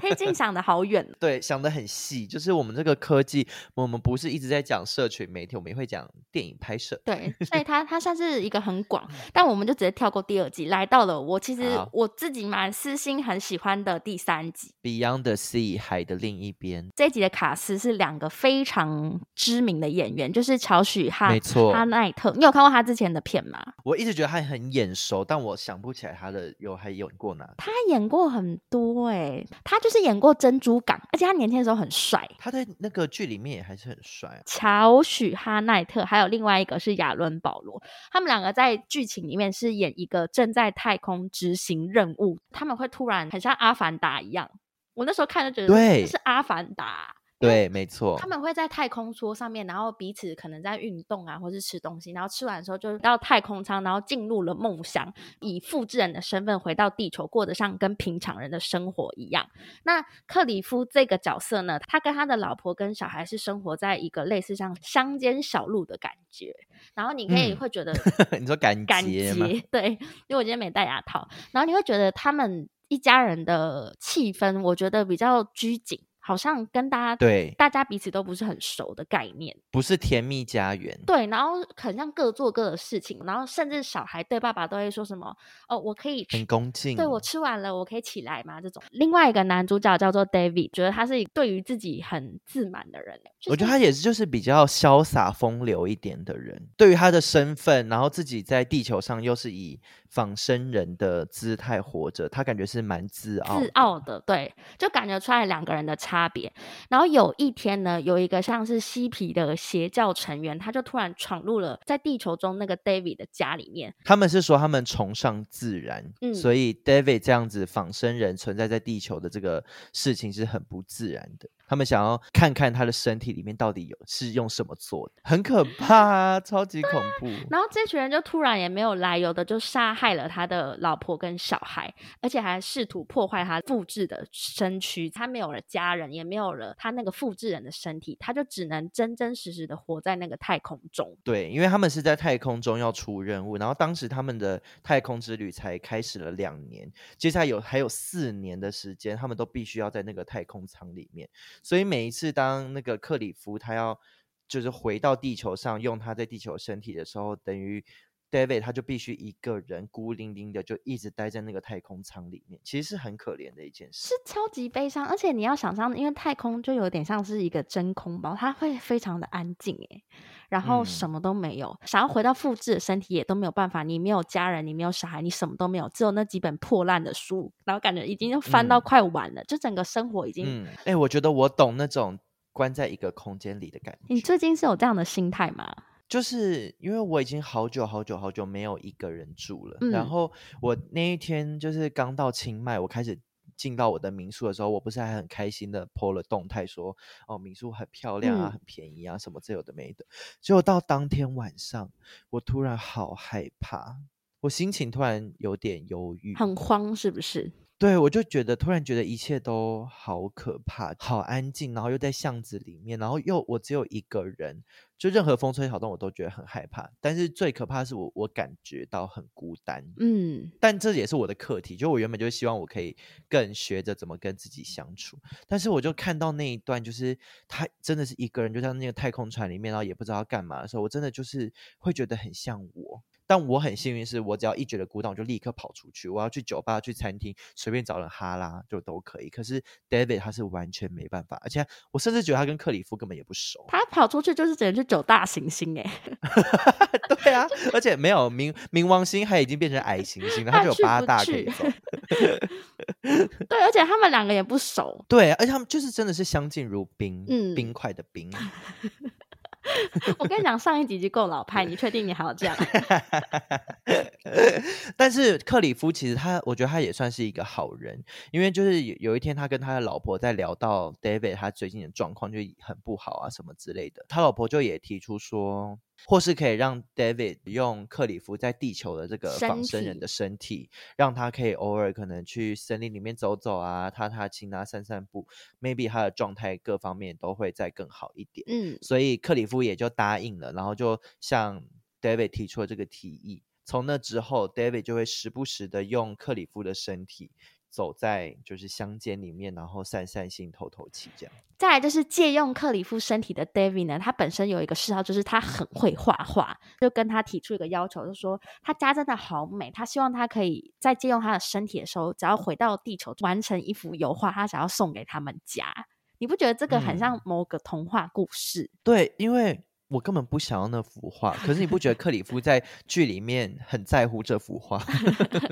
黑镜想的好远 哦，对，想的很细，就是我们这个科技，我们不是一直在讲社群媒体，我们也会讲电影拍摄。对，所以它它算是一个 很广，但我们就直接跳过第二集，来到了我其实好我自己蛮私心很喜欢的第三集。 Beyond the Sea 海的另一边，这一集的卡斯是两个非常知名的演员，就是乔许哈没错哈奈特。你有看过他之前的片吗？我一直觉得他很眼熟，但我想不起来他的有还演过哪。他演过很多对他就是演过《珍珠港》，而且他年轻的时候很帅。他在那个剧里面也还是很帅啊。乔许哈奈特，还有另外一个是亚伦保罗，他们两个在剧情里面是演一个正在太空执行任务，他们会突然很像《阿凡达》一样。我那时候看就觉得，对这是《阿凡达》。对，没错他。们会在太空梭上面，然后彼此可能在运动啊，或是吃东西，然后吃完的时候就到太空舱，然后进入了梦乡，以复制人的身份回到地球，过得像跟平常人的生活一样。那克里夫这个角色呢，他跟他的老婆跟小孩是生活在一个类似像乡间小路的感觉，然后你可以嗯会 觉得 你说感感觉觉吗？对，因为我今天没戴牙套，然后你会觉得他们一家人的气氛，我觉得比较拘谨，好像跟大家对，大家彼此都不是很熟的概念，不是甜蜜家园。对，然后很像各做各的事情，然后甚至小孩对爸爸都会说什么哦，我可以很吃，恭敬，对我吃完了，我可以起来吗？这种。另外一个男主角叫做 David，觉得他是对于自己很自满的人，欸就我觉得是他也是就是比较潇洒风流一点的人。对于他的身份，然后自己在地球上又是以仿生人的姿态活着，他感觉是蛮自傲的。自傲的，对，就感觉出来两个人的差别。然后有一天呢，有一个像是嬉皮的邪教成员，他就突然闯入了在地球中那个 David 的家里面，他们是说他们崇尚自然，嗯所以 David 这样子仿生人存在在地球的这个事情是很不自然的。他们想要看看他的身体里面到底有是用什么做的，很可怕啊，超级恐怖。然后这群人就突然也没有来由的就杀害了他的老婆跟小孩，而且还试图破坏他复制的身躯。他没有了家人，也没有了他那个复制人的身体，他就只能真真实实的活在那个太空中。对，因为他们是在太空中要出任务，然后当时他们的太空之旅才开始了两年，接下来有还有四年的时间，他们都必须要在那个太空舱里面。所以每一次当那个克里夫他要就是回到地球上用他在地球身体的时候，等于 David 他就必须一个人孤零零的就一直待在那个太空舱里面，其实是很可怜的一件事。是超级悲伤，而且你要想象，因为太空就有点像是一个真空包，它会非常的安静诶，然后嗯什么都没有，想要回到复制的身体也都没有办法，你没有家人，你没有小孩，你什么都没有，只有那几本破烂的书，然后感觉已经翻到嗯快完了，就整个生活已经。嗯，哎、我觉得我懂那种关在一个空间里的感觉。你最近是有这样的心态吗？就是因为我已经好久好久好久没有一个人住了，然嗯后我那一天就是刚到清迈，我开始进到我的民宿的时候，我不是还很开心的 po 了动态说，哦，民宿很漂亮啊，嗯很便宜啊，什么这有的没的。结果到当天晚上，我突然好害怕，我心情突然有点忧郁，很慌是不是？对，我就觉得突然觉得一切都好可怕，好安静，然后又在巷子里面，然后又我只有一个人，就任何风吹草动我都觉得很害怕。但是最可怕的是我我感觉到很孤单，嗯，但这也是我的课题。就我原本就希望我可以更学着怎么跟自己相处，但是我就看到那一段，就是他真的是一个人，就像那个太空船里面，然后也不知道要干嘛的时候，我真的就是会觉得很像我。但我很幸运，是我只要一觉得孤单，我就立刻跑出去。我要去酒吧、去餐厅，随便找人哈拉就都可以。可是 David 他是完全没办法，而且我甚至觉得他跟克里夫根本也不 熟。他跑出去就是只能去九大行星诶、对啊，而且没有冥冥王星，还已经变成矮行星了，他他只有去八不大可以去走。 对，而且他们两个也不熟。对，而且他们就是真的是相敬如宾，嗯冰块的冰。 我跟你讲，上一集就够老派，你确定你还要这样？但是克里夫其实他，我觉得他也算是一个好人，因为就是有有一天他跟他的老婆在聊到 David 他最近的状况就很不好啊什么之类的，他老婆就也提出说，或是可以让 David 用克里夫在地球的这个身仿生人体的身体，让他可以偶尔可能去森林里面走走啊，踏踏青啊，散散步，maybe 他的状态各方面都会再更好一点。嗯，所以克里夫也就答应了，然后就向 David 提出了这个提议。从那之后，David 就会时不时的用克里夫的身体走在就是乡间里面，然后散散心、透透气这样。再来就是借用克里夫身体的 David 呢，他本身有一个嗜好，就是他很会画画，就跟他提出一个要求，就说他家真的好美，他希望他可以在借用他的身体的时候，只要回到地球完成一幅油画，他想要送给他们家。你不觉得这个很像嗯某个童话故事？对，因为我根本不想要那幅画。可是你不觉得克里夫在剧里面很在乎这幅画？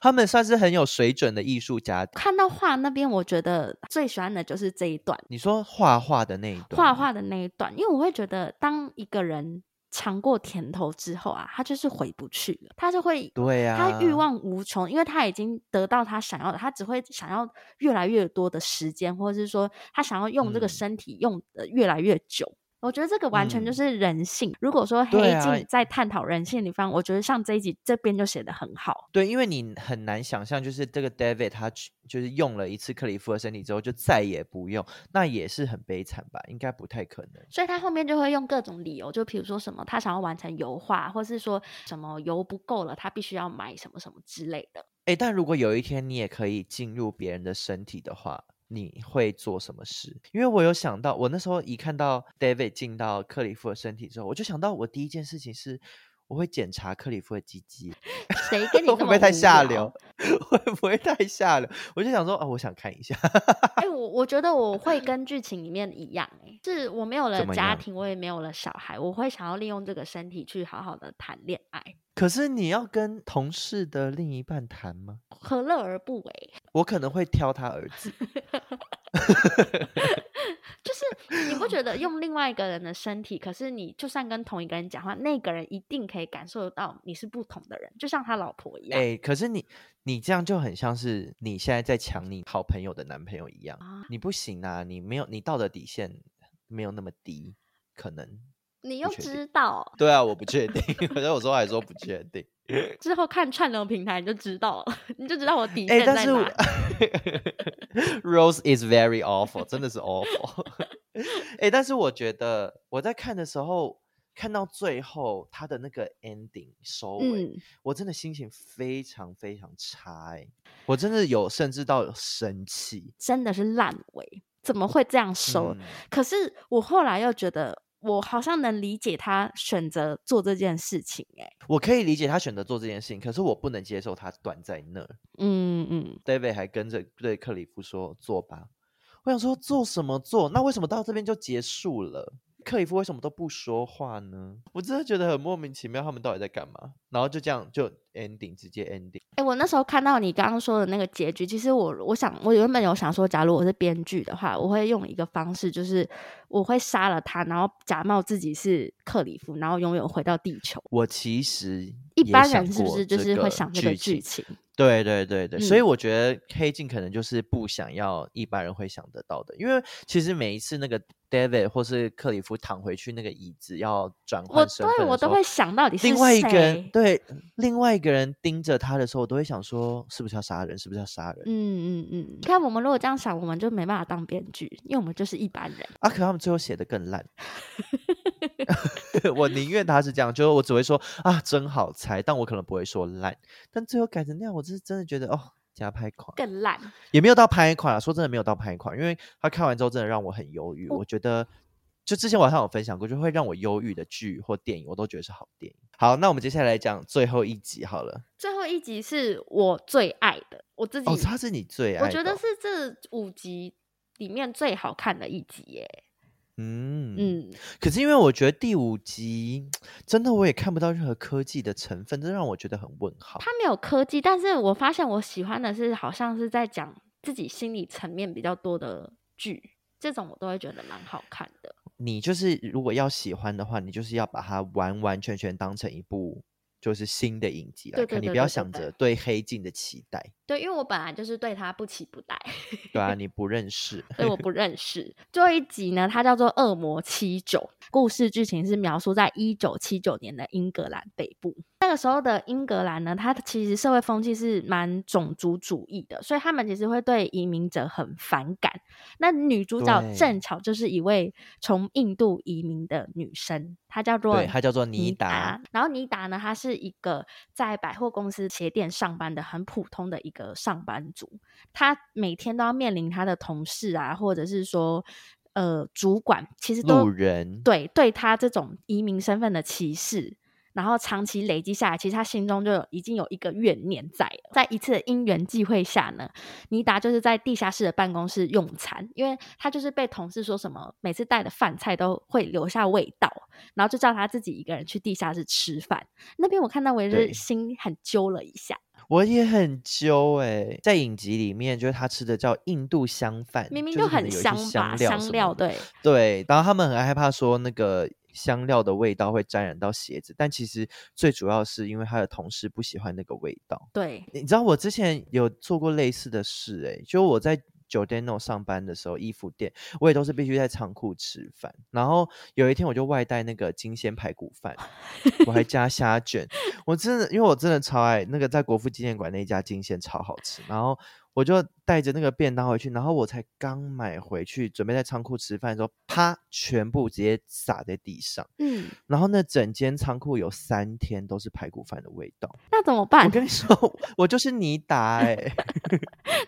他们算是很有水准的艺术家。看到画那边，我觉得最喜欢的就是这一段你说画画的那一段，画画的那一段，因为我会觉得，当一个人尝过甜头之后啊，他就是回不去了，他就会对呀、他欲望无穷，因为他已经得到他想要的，他只会想要越来越多的时间，或者是说他想要用这个嗯身体用的越来越久。我觉得这个完全就嗯是人性。如果说黑对啊镜在探讨人性的地方，我觉得像这一集这边就写的很好。对，因为你很难想象，就是这个 David 他去就是用了一次克里夫的身体之后，就再也不用，那也是很悲惨吧？应该不太可能。所以他后面就会用各种理由，就比如说什么他想要完成油画，或是说什么油不够了，他必须要买什么什么之类的。诶，但如果有一天你也可以进入别人的身体的话，你会做什么事？因为我有想到，我那时候一看到 David 进到克里夫的身体之后，我就想到我第一件事情是。我会检查克里夫的鸡鸡， 谁跟你会那不么会太无下聊流？ 会不会太下流？我就想说，哦，我想看一下。 哎、我我觉得我会跟剧情里面一样、欸，是我没有了怎么家样庭，我也没有了小孩，我会想要利用这个身体去好好的谈恋爱，可是你要跟同事的另一半谈吗？何乐而不为？我可能会挑他儿子。就是你不 觉得用另外一个人的身体，可是你就算跟同一个人讲话，那个人一定可以感受到你是不同的人，就像他老婆一样。哎、可是你你这样就很像是你现在在抢你好朋友的男朋友一样，啊你不行啊，你没有你道德底线没有那么低，可能。你又确定知道对啊，我不确定，反正我说还说不确定。 之后看串流平台你就知道了， 你就知道我底哎、线但在是哪。我 Rose is very awful，真的是 awful。哎、但是我觉得我在看的时候，看到最后他的那个 ending 收 尾，嗯，我真的心情非常非常差、欸，我真的有甚至到有生气。真的是烂尾，怎么会这样收？嗯可是我后来又觉得，我好像能理解他选择做这件事情、欸，我可以理解他选择做这件事情，可是我不能接受他断在那儿。嗯嗯， David 还跟着对克里夫说：“做吧。”我想说做什么做？那为什么到这边就结束了？克里夫为什么都不说话呢？我真的觉得很莫名其妙，他们到底在干嘛？然后就这样就 ending 直接 ending。哎、我那时候看到你刚刚说的那个结局，其实我我想，我原本有想说，假如我是编剧的话，我会用一个方式，就是我会杀了他，然后假冒自己是克里夫，然后永远回到地球。我其实一也般想人是不过是就这是个会想这个剧情？情？对对对对，所以嗯我觉得黑镜可能就是不想要一般人会想得到的，因为其实每一次那个 David 或是克里夫躺回去那个椅子要转我换身份的时对候，我都会想到底是另外一个人谁。对另外一个人盯着他的时候，我都会想说是不是要杀人，是不是要杀人、嗯嗯嗯，你看我们如果这样想，我们就没办法当编剧，因为我们就是一般人。啊？可他们最后写的更 烂，我宁愿他是这样，就是我只会说啊真好猜，但我可能不会说烂，但最后改成那样，我是真的觉得哦加拍狂。更烂，也没有到拍款啦，啊说真的没有到拍款，因为他看完之后真的让我很忧郁。哦我觉得，就之前我好像有分享过，就会让我忧郁的剧或电影，我都觉得是好电影。好，那我们接下来讲最后一集好了。最后一集是我最爱的，我自己，哦，它是你最爱的哦、嗯我觉得是这五集里面最好看的一集耶。嗯嗯。嗯，可是因为我觉得第五集真的我也看不到任何科技的成分，这让我觉得很问号。它没有科技，但是我发现我喜欢的是好像是在讲自己心理层面比较多的剧，这种我都会觉得蛮好看的。你就是如果要喜欢的话，你就是要把它完完全全当成一部就是新的影集来对看，对你对不要对对想对着对黑镜的期待。对，因为我本来就是对他不期不待，对啊，你不认识。对我不认识。最后一集呢，它叫做《恶魔七九》，故事剧情是描述在一九七九年的英格兰北部。那个时候的英格兰呢，它其实社会风气是蛮种族主义的，所以他们其实会对移民者很反感。那女主角对正巧就是一位从印度移民的女生，她叫做对，它叫做尼达达。。然后尼达呢，他是一个在百货公司鞋店上班的很普通的一个上班族，他每天都要面临他的同事啊，或者是说呃主管，其实都路人对对他这种移民身份的歧视。然后长期累积下来，其实他心中就有已经有一个怨念在了。在一次的因缘际会下呢，尼达就是在地下室的办公室用餐，因为他就是被同事说什么每次带的饭菜都会留下味道，然后就叫他自己一个人去地下室吃饭。那边我看到我也是对心很揪了一下，我也很揪哎、在影集里面，就是他吃的叫印度香饭，明明就是可能很有一些香吧，香料香什料么的对，对，然后他们很害怕说那个香料的味道会沾染到鞋子，但其实最主要是因为他的同事不喜欢那个味道。对，你知道我之前有做过类似的事诶、就我在 Giordano 上班的时候，衣服店我也都是必须在仓库吃饭。然后有一天我就外带那个金鲜排骨饭，我还加虾卷。我真的，因为我真的超爱那个在国父纪念馆那一家金鲜超好吃。然后我就带着那个便当回去，然后我才刚买回去，准备在仓库吃饭的时候，啪，全部直接洒在地上。嗯，然后那整间仓库有三天都是排骨饭的味道。那怎么办我？跟你说， 我就是你打哎、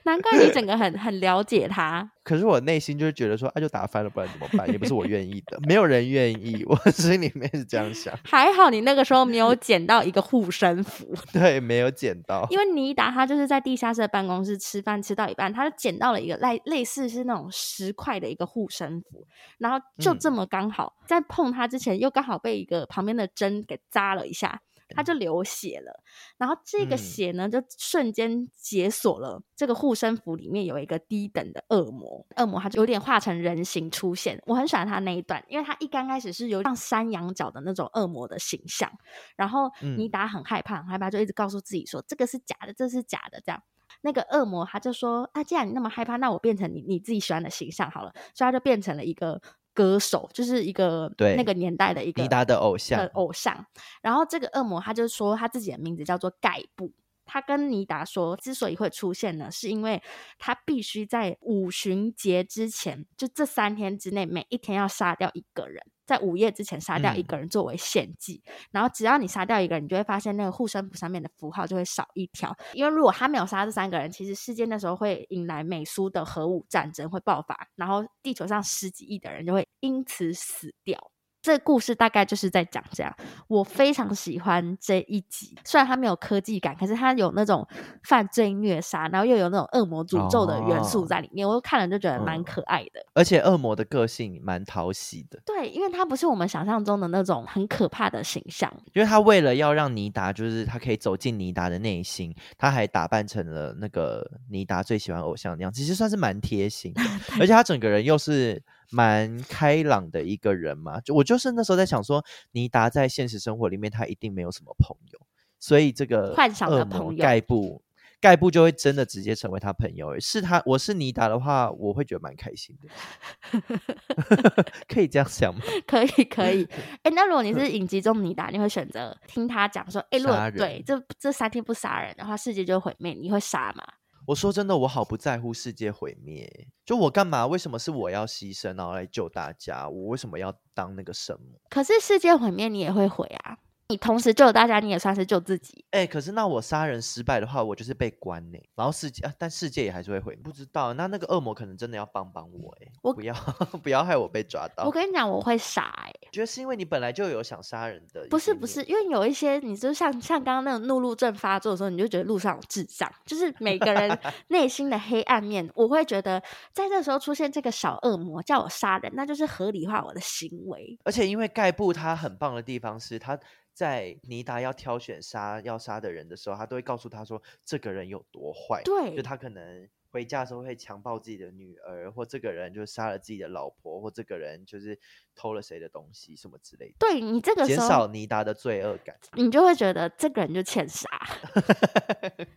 难怪你整个很很了解他，可是我内心就是觉得说，啊，就打翻了，不然怎么办？也不是我愿意的，没有人愿意， 我心里面是这样想。 还好你那个时候没有捡到一个护身符，对，没有捡到。因为妮达她就是在地下室的办公室吃饭，吃到一半，她就捡到了一个类类似是那种十块的一个护身符，然后就嗯这么刚好、在碰它之前，又刚好被一个旁边的针给扎了一下，它就流血了。然后这个嗯血呢，就瞬间解锁了这个护身符里面有一个低等的恶魔，恶魔它就有点化成人形出现。我很喜欢它那一段，因为它一刚开始是有像山羊角的那种恶魔的形象，然后嗯妮达很害怕，很害怕，就一直告诉自己说这个是假的，这是假的，这样。那个恶魔他就说啊，既然你那么害怕，那我变成你你自己喜欢的形象好了，所以他就变成了一个歌手，就是一个对那个年代的一个尼达的偶像的偶像。然后这个恶魔他就说他自己的名字叫做盖布。他跟尼达说，之所以会出现呢，是因为他必须在五旬节之前，就这三天之内，每一天要杀掉一个人，在午夜之前杀掉一嗯个人作为献祭。然后只要你杀掉一个人，你就会发现那个护身符上面的符号就会少一条。因为如果他没有杀这三个人，其实世界那时候会引来美苏的核武战争会爆发，然后地球上十几亿的人就会因此死掉。这故事大概就是在讲这样，我非常喜欢这一集。虽然它没有科技感，可是它有那种犯罪虐杀，然后又有那种恶魔诅咒的元素哦在里面。我看了就觉得蛮嗯可爱的。而且恶魔的个性蛮讨喜的，对，因为它不是我们想象中的那种很可怕的形象。 因为他为了要让尼达，就是他可以走进尼达的内心，他还打扮成了那个尼达最喜欢偶像的样子，其实算是蛮贴心 的。而且他整个人又是蛮开朗的一个人嘛，就我就是那时候在想说，尼达在现实生活里面他一定没有什么朋友，所以这个幻想的恶魔朋友盖布。盖布就会真的直接成为他朋友，欸是他我是尼达的话，我会觉得蛮开心的， 可以这样想吗？可以 可以，哎、那如果你是影集中尼达，你会选择听他讲说，哎、如杀果人对这这三天不杀人的话，世界就毁灭，你会杀吗？我说真的，我好不在乎世界毁灭，就我干嘛？为什么是我要牺牲然后来救大家？我为什么要当那个圣母？可是世界毁灭你也会毁啊，你同时救大家，你也算是救自己。哎、可是那我杀人失败的话，我就是被关呢、然后世界、啊，但世界也还是会毁。不知道，那那个恶魔可能真的要帮帮我哎、我不要 不要害我被抓到。哦我我跟你讲，我会杀、欸，觉得是因为你本来就有想杀人的一不是些不是，念因为有一些，你就像像刚刚那种怒路症发作的时候，你就觉得路上有智障，就是每个 人内心的黑暗面。我会觉得，在这时候出现这个小恶魔叫我杀人，那就是合理化我的行为。而且因为盖布他很棒的地方是他。在尼达要挑选杀要杀的人的时候，他都会告诉他说这个人有多坏，对就，他可能回家的时候会强暴自己的女儿，或这个人就杀了自己的老婆，或这个人就是偷了谁的东西什么之类的，对你这个减时候少尼达的罪恶感。你就会觉得这个人就欠 杀。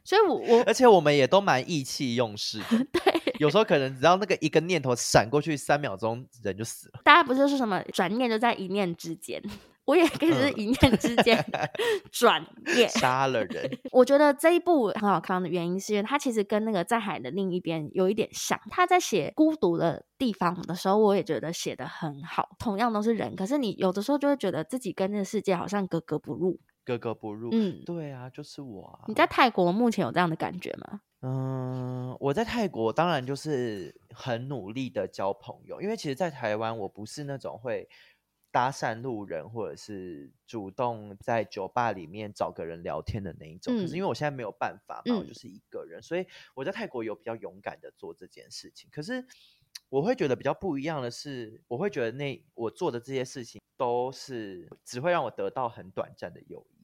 所以我，我，而且我们也都蛮意气用事的 对有时候可能只要那个一个念头闪过去，三秒钟人就死了。大家不是说什么转念就在一念之间，我也可以是嗯一念之 间转念。杀了人， 我觉得这一部很好看的原因是因为它其实跟那个在海的另一边有一点像。他在写孤独的地方的时候，我也觉得写的很好。同样都是人，可是你有的时候就会觉得自己跟这个世界好像格格不入。格格不入。嗯，对啊，就是我啊。你在泰国目前有这样的感觉吗？嗯，我在泰国当然就是很努力的交朋友，因为其实，在台湾我不是那种会搭讪路人，或者是主动在酒吧里面找个人聊天的那一种。可是嗯因为我现在没有办法嘛，我嗯就是一个人，所以我在泰国有比较勇敢的做这件事情。可是我会觉得比较不一样的是，我会觉得那我做的这些事情都是只会让我得到很短暂的友谊，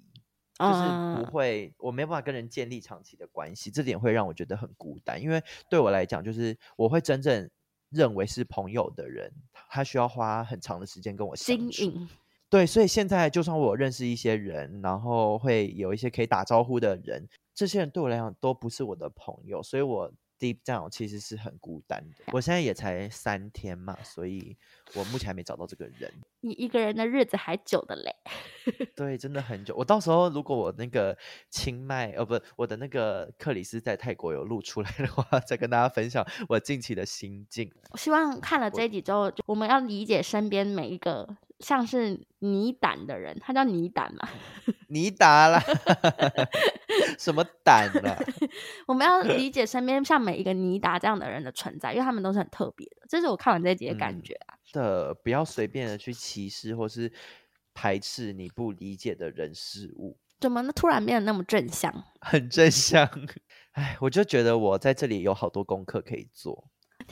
就是不嗯，会，我没有办法跟人建立长期的关系，这点会让我觉得很孤单。因为对我来讲，就是我会真正认为是朋友的人，他需要花很长的时间跟我相经处。营，对，所以现在就算我认识一些人，然后会有一些可以打招呼的人，这些人对我来讲都不是我的朋友，所以我 deep down 其实是很孤单的。我现在也才三天嘛，所以我目前还没找到这个人。你一个人的日子还久的嘞。对，真的很久。我到时候如果我那个清迈，呃，不，我的那个克里斯在泰国有露出来的话，再跟大家分享我近期的心境。我希望看了这一集之后，就我们要理解身边每一个像是泥胆的人，他叫泥胆嘛，你打啦， 什么胆啦、我们要 理解身边像每一个尼达这样的人的存在，因为他们都是很特别的。这是我看完这一集的感嗯觉啊、的，不要随便的去歧视或是排斥你不理解的人事物，怎么突然变得那么正向？很正向。哎，我就觉得我在这里有好多功课可以做。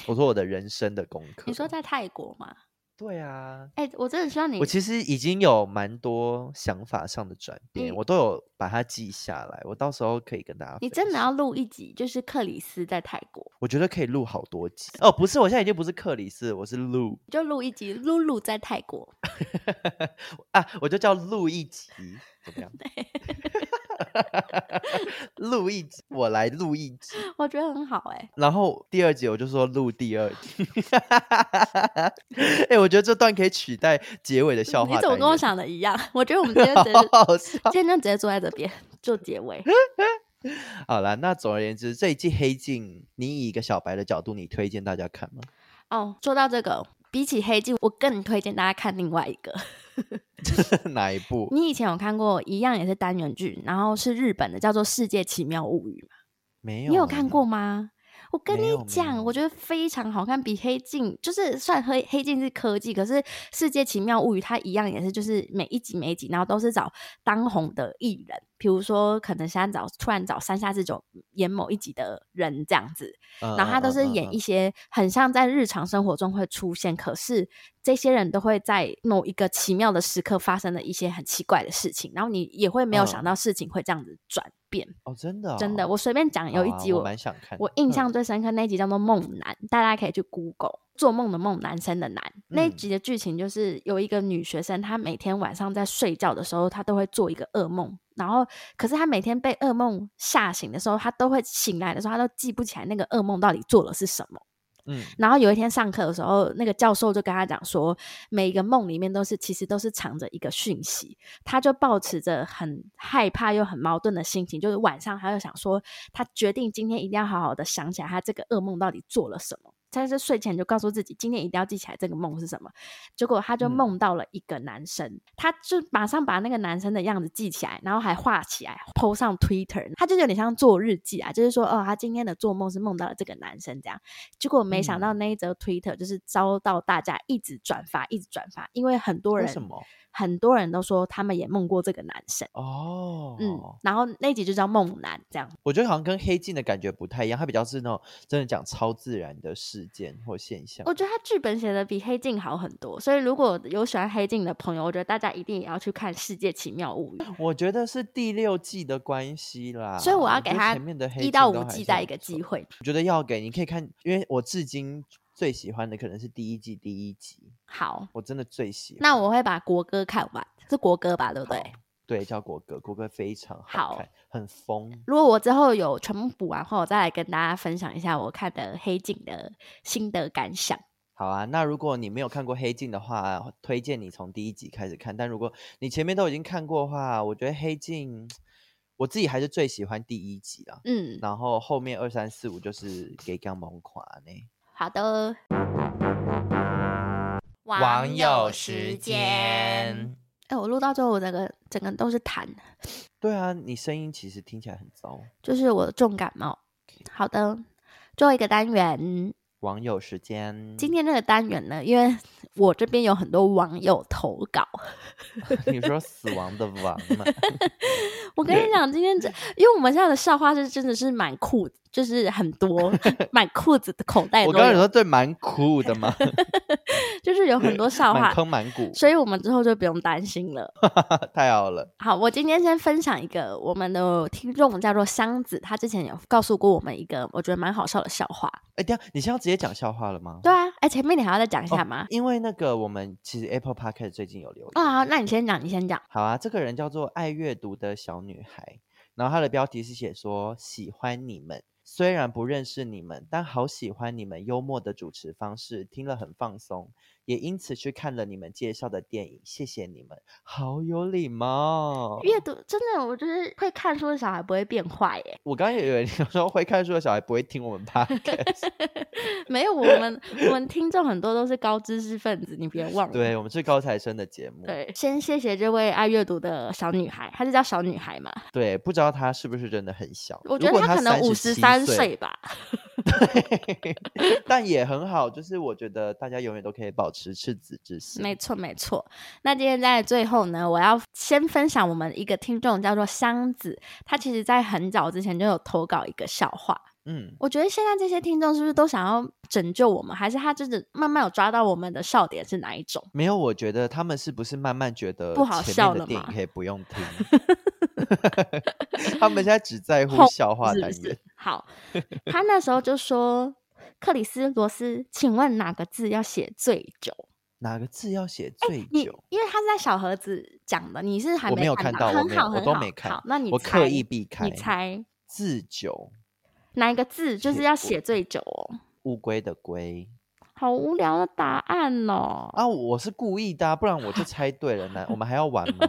我说我的人生的功课，你说在泰国吗？对啊，哎、我真的希望你我其实已经有蛮多想法上的转变，嗯我都有把它记下来，我到时候可以跟大家。你真的要？哦录一集，就是克里斯在泰国，我觉得可以录好多集哦，不是，我现在已经不是克里斯，我是录就录一集露露在泰国。 啊，我就叫录一集，怎么样？ 录一集，我来录一 集，我觉得很好哎、然后第二集我就说录第二集。 哎、我觉得这段可以取代结尾的笑你话。怎么跟我？想的一样？ 我觉得我们今天 直接好好笑。今天就直接坐在这边做结尾。好啦，那总而言之，这一季《黑镜》，你以一个小白的角度，你推荐大家看吗？ 哦，说到这个，比起黑镜，我更推荐大家看另外一个。哪一部？你以前有看过一样也是单元剧，然后是日本的，叫做《世界奇妙物语》吗？没有，啊你有看过？吗？我跟没你有没讲，我有觉得非常好看，比黑镜就是算黑黑镜是科技，可是《世界奇妙物语》它一样也是，就是每一集每一集，然后都是找当红的艺人，比如说可能现在找突然找山下智久演某一集的人这样子，嗯然后他都是演一，些很像在日常生活中会出现，可是这些人都会在某一个奇妙的时刻发生的一些很奇怪的事情，然后你也会没有想嗯到事情会这样子转嗯嗯嗯变。哦，真的哦、真的，我随便讲有一好啊集我我、蛮想看的，我印嗯象最深刻那一集叫做《梦男》，大家可以去 Google。做梦的梦，男生的男。那一嗯集的剧情就是有一个女学生，她每天晚上在睡觉的时候，她都会做一个噩梦。然后，可是她每天被噩梦吓醒的时候，她都会醒来的时候，她都记不起来那个噩梦到底做了是什么。嗯然后有一天上课的时候，那个教授就跟他讲说，每一个梦里面都是其实都是藏着一个讯息。他就抱持着很害怕又很矛盾的心情，就是晚上他就想说，他决定今天一定要好好的想起来他这个噩梦到底做了什么。但是睡前就告诉自己，今天一定要记起来这个梦是什么。结果他就嗯梦到了一个男生，他就马上把那个男生的样子记起来，然后还画起来，PO 上 Twitter。他就有点像做日记啊，就是说，哦，他今天的做梦是梦到了这个男生这样。结果没嗯想到那一则 Twitter 就是遭到大家一直转发，一直转发，因为很多为人什么？很多人都说他们也梦过这个男生，哦，嗯，然后那集就叫梦男这样。我觉得好像跟黑镜的感觉不太一样，它比较是那种真的讲超自然的事件或现象我。觉得他剧本写的比黑镜好很多，所以如果有喜欢黑镜的朋友，我觉得大家一定也要去看《世界奇妙物语》，我觉得是第六季的关系啦，所以我要我给觉得他前面的黑一镜到都五还季是再很一个不机错会。我觉得要给你可以看，因为我至今最喜欢的可能是第一季第一集，好，我真的最喜欢。那我会把国歌看完，是国歌吧，对不好对？对，叫国歌，国歌非常好好看，很疯。如果我之后有全部补完后，我再来跟大家分享一下我看的黑镜的心得感想。好啊，那如果你没有看过《黑镜》的话，推荐你从第一集开始看。但如果你前面都已经看过的话，我觉得《黑镜》我自己还是最喜欢第一集啦。嗯，然后后面二三四五就是给刚猛垮呢。好的。网友时间。哎、我录到最后，我整个整个都是痰，对啊，你声音其实听起来很糟。就是我重感冒。好的，最后一个单元，网友时间，今天这个单元呢，因为 我这边有很多网友投稿，你说死亡的亡嘛？ 我跟你讲，今天这因为我们现在的校花是真的是蛮酷，就是很 多买裤子的口袋我都刚刚有有，说对蛮酷的嘛，就是有 很多笑蛮话，坑蛮鼓，所以我们之后就不用担心了。太好了。好，我今天先分享一个我们的听众叫做箱子，他之前有告诉过我们一个我觉得蛮好笑的笑话。哎，等一下你现在要直接讲笑话了吗？对啊，哎，前面你还要再讲一哦下吗？因为那个我们其实 Apple Podcast 最近有留言啊、好那你先讲，你先讲。好啊，这个人叫做爱阅读的小女孩，然后她的标题是写说喜欢你们，虽然不认识你们，但好喜欢你们幽默的主持方式，听了很放松，也因此去看了你们介绍的电影，谢谢你们，好有礼貌。阅读真的，我就是会看书的小孩不会变坏耶。 我刚刚也以为你说会看书的小孩不会听我们 podcast，没有，我们我们听众很多都是高知识分子，你别忘了。对我们是高材生的节目，对，先谢谢这位爱阅读的小女孩，她是叫小女孩嘛？对不知道她是不是真的很小，我如觉得果她她可能五十37三岁岁吧。但也很好，就是我觉得大家永远都可以保持赤子之心。没错，没错。那今天在最后呢，我要先分享我们一个听众叫做箱子，他其实在很早之前就有投稿一个笑话。嗯，我觉得现在这些听众是不是都想要拯救我们，还是他真的慢慢有抓到我们的笑点是哪一种？没有，我觉得他们是不是慢慢觉得不好前面笑的了电影吗可以不用听？ 他们现在只在乎哄笑话是单不元是。？好，他那时候就说：“克里斯罗斯，请问哪个字要写醉酒？”哪个字要写哎最你久？因为他是在小盒子讲的，你是还我没有看看到我很没有好，我很都好没看好，那你我刻猜意避开。你猜字久，哪一个字就是写要我写醉酒哦？乌龟的龟好无聊的答案哦！啊！我是故意的啊、不然我就猜对了呢。我们还要玩吗？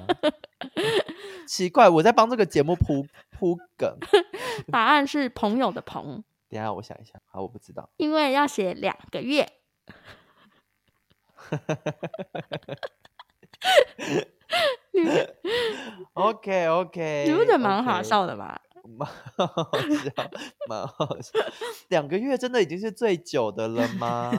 奇怪，我在帮这个节目铺铺梗。答案是朋友的朋，等一下我想一想，好，我不知道。因为要写两个月。你不 OK 哎 OK，嗯你不觉得蛮好笑的吗？蛮好 笑，蛮好笑。两个月真的已经是最久的了吗？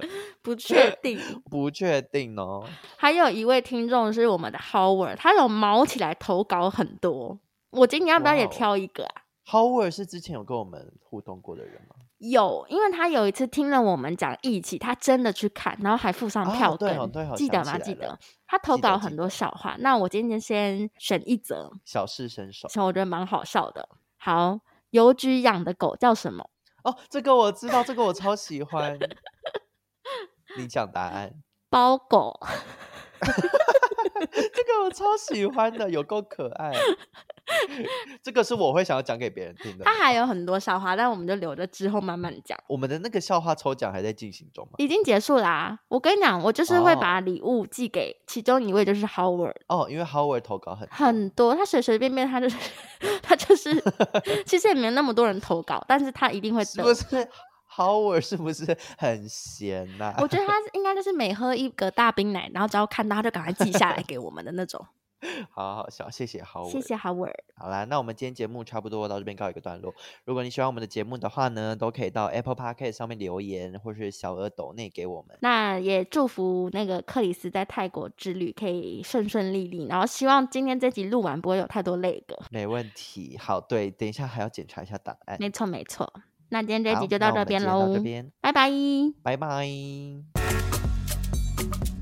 不确定。不确定哦。还有一位听众是我们的 Howard，他有毛起来投稿很多。我今天要不要也哇哦挑一个啊？ Howard 是之前有跟我们互动过的人吗？有，因为他有一次听了我们讲义气，他真的去看，然后还附上啊票根，对哦对哦记想得起吗？来记了得。他投记得稿记很多得笑话，那我今天先选一则，小试身手其实我觉得蛮好笑的。好，邮局养的狗叫什么？哦，这个我知道，这个我超喜欢。你讲答案，包狗。这个我超喜欢的，有够可爱。这个是我会想要讲给别人听的。他还有很多笑话，但我们就留着之后慢慢讲。我们的那个笑话抽奖还在进行中吗？已经结束啦、我跟你讲，我就是会哦把礼物寄给其中一位，就是 Howard，哦，因为 Howard 投稿很多很多，他随随便便他就是 他就是， 其实也没有那么多人投稿，但是他一定会是得不是 Howard 是不是很闲呐、我觉得他是应该就是每喝一个大冰奶，然后只要看到他就赶快记下来给我们的那种。好好笑，谢谢 Howard。谢谢。哈维尔，好啦，那我们今天节目差不多到这边告一个段落。如果你喜欢我们的节目的话呢，都可以到 Apple Podcast 上面留言，或是小额抖内给我们。那也祝福那个克里斯在泰国之旅可以顺顺利利，然后希望今天这集录完不会有太多累个。没问题。好，对，等一下还要检查一下档案。没错没错，那今天这好集就那到我这们边今天到喽这，边，拜拜。拜拜。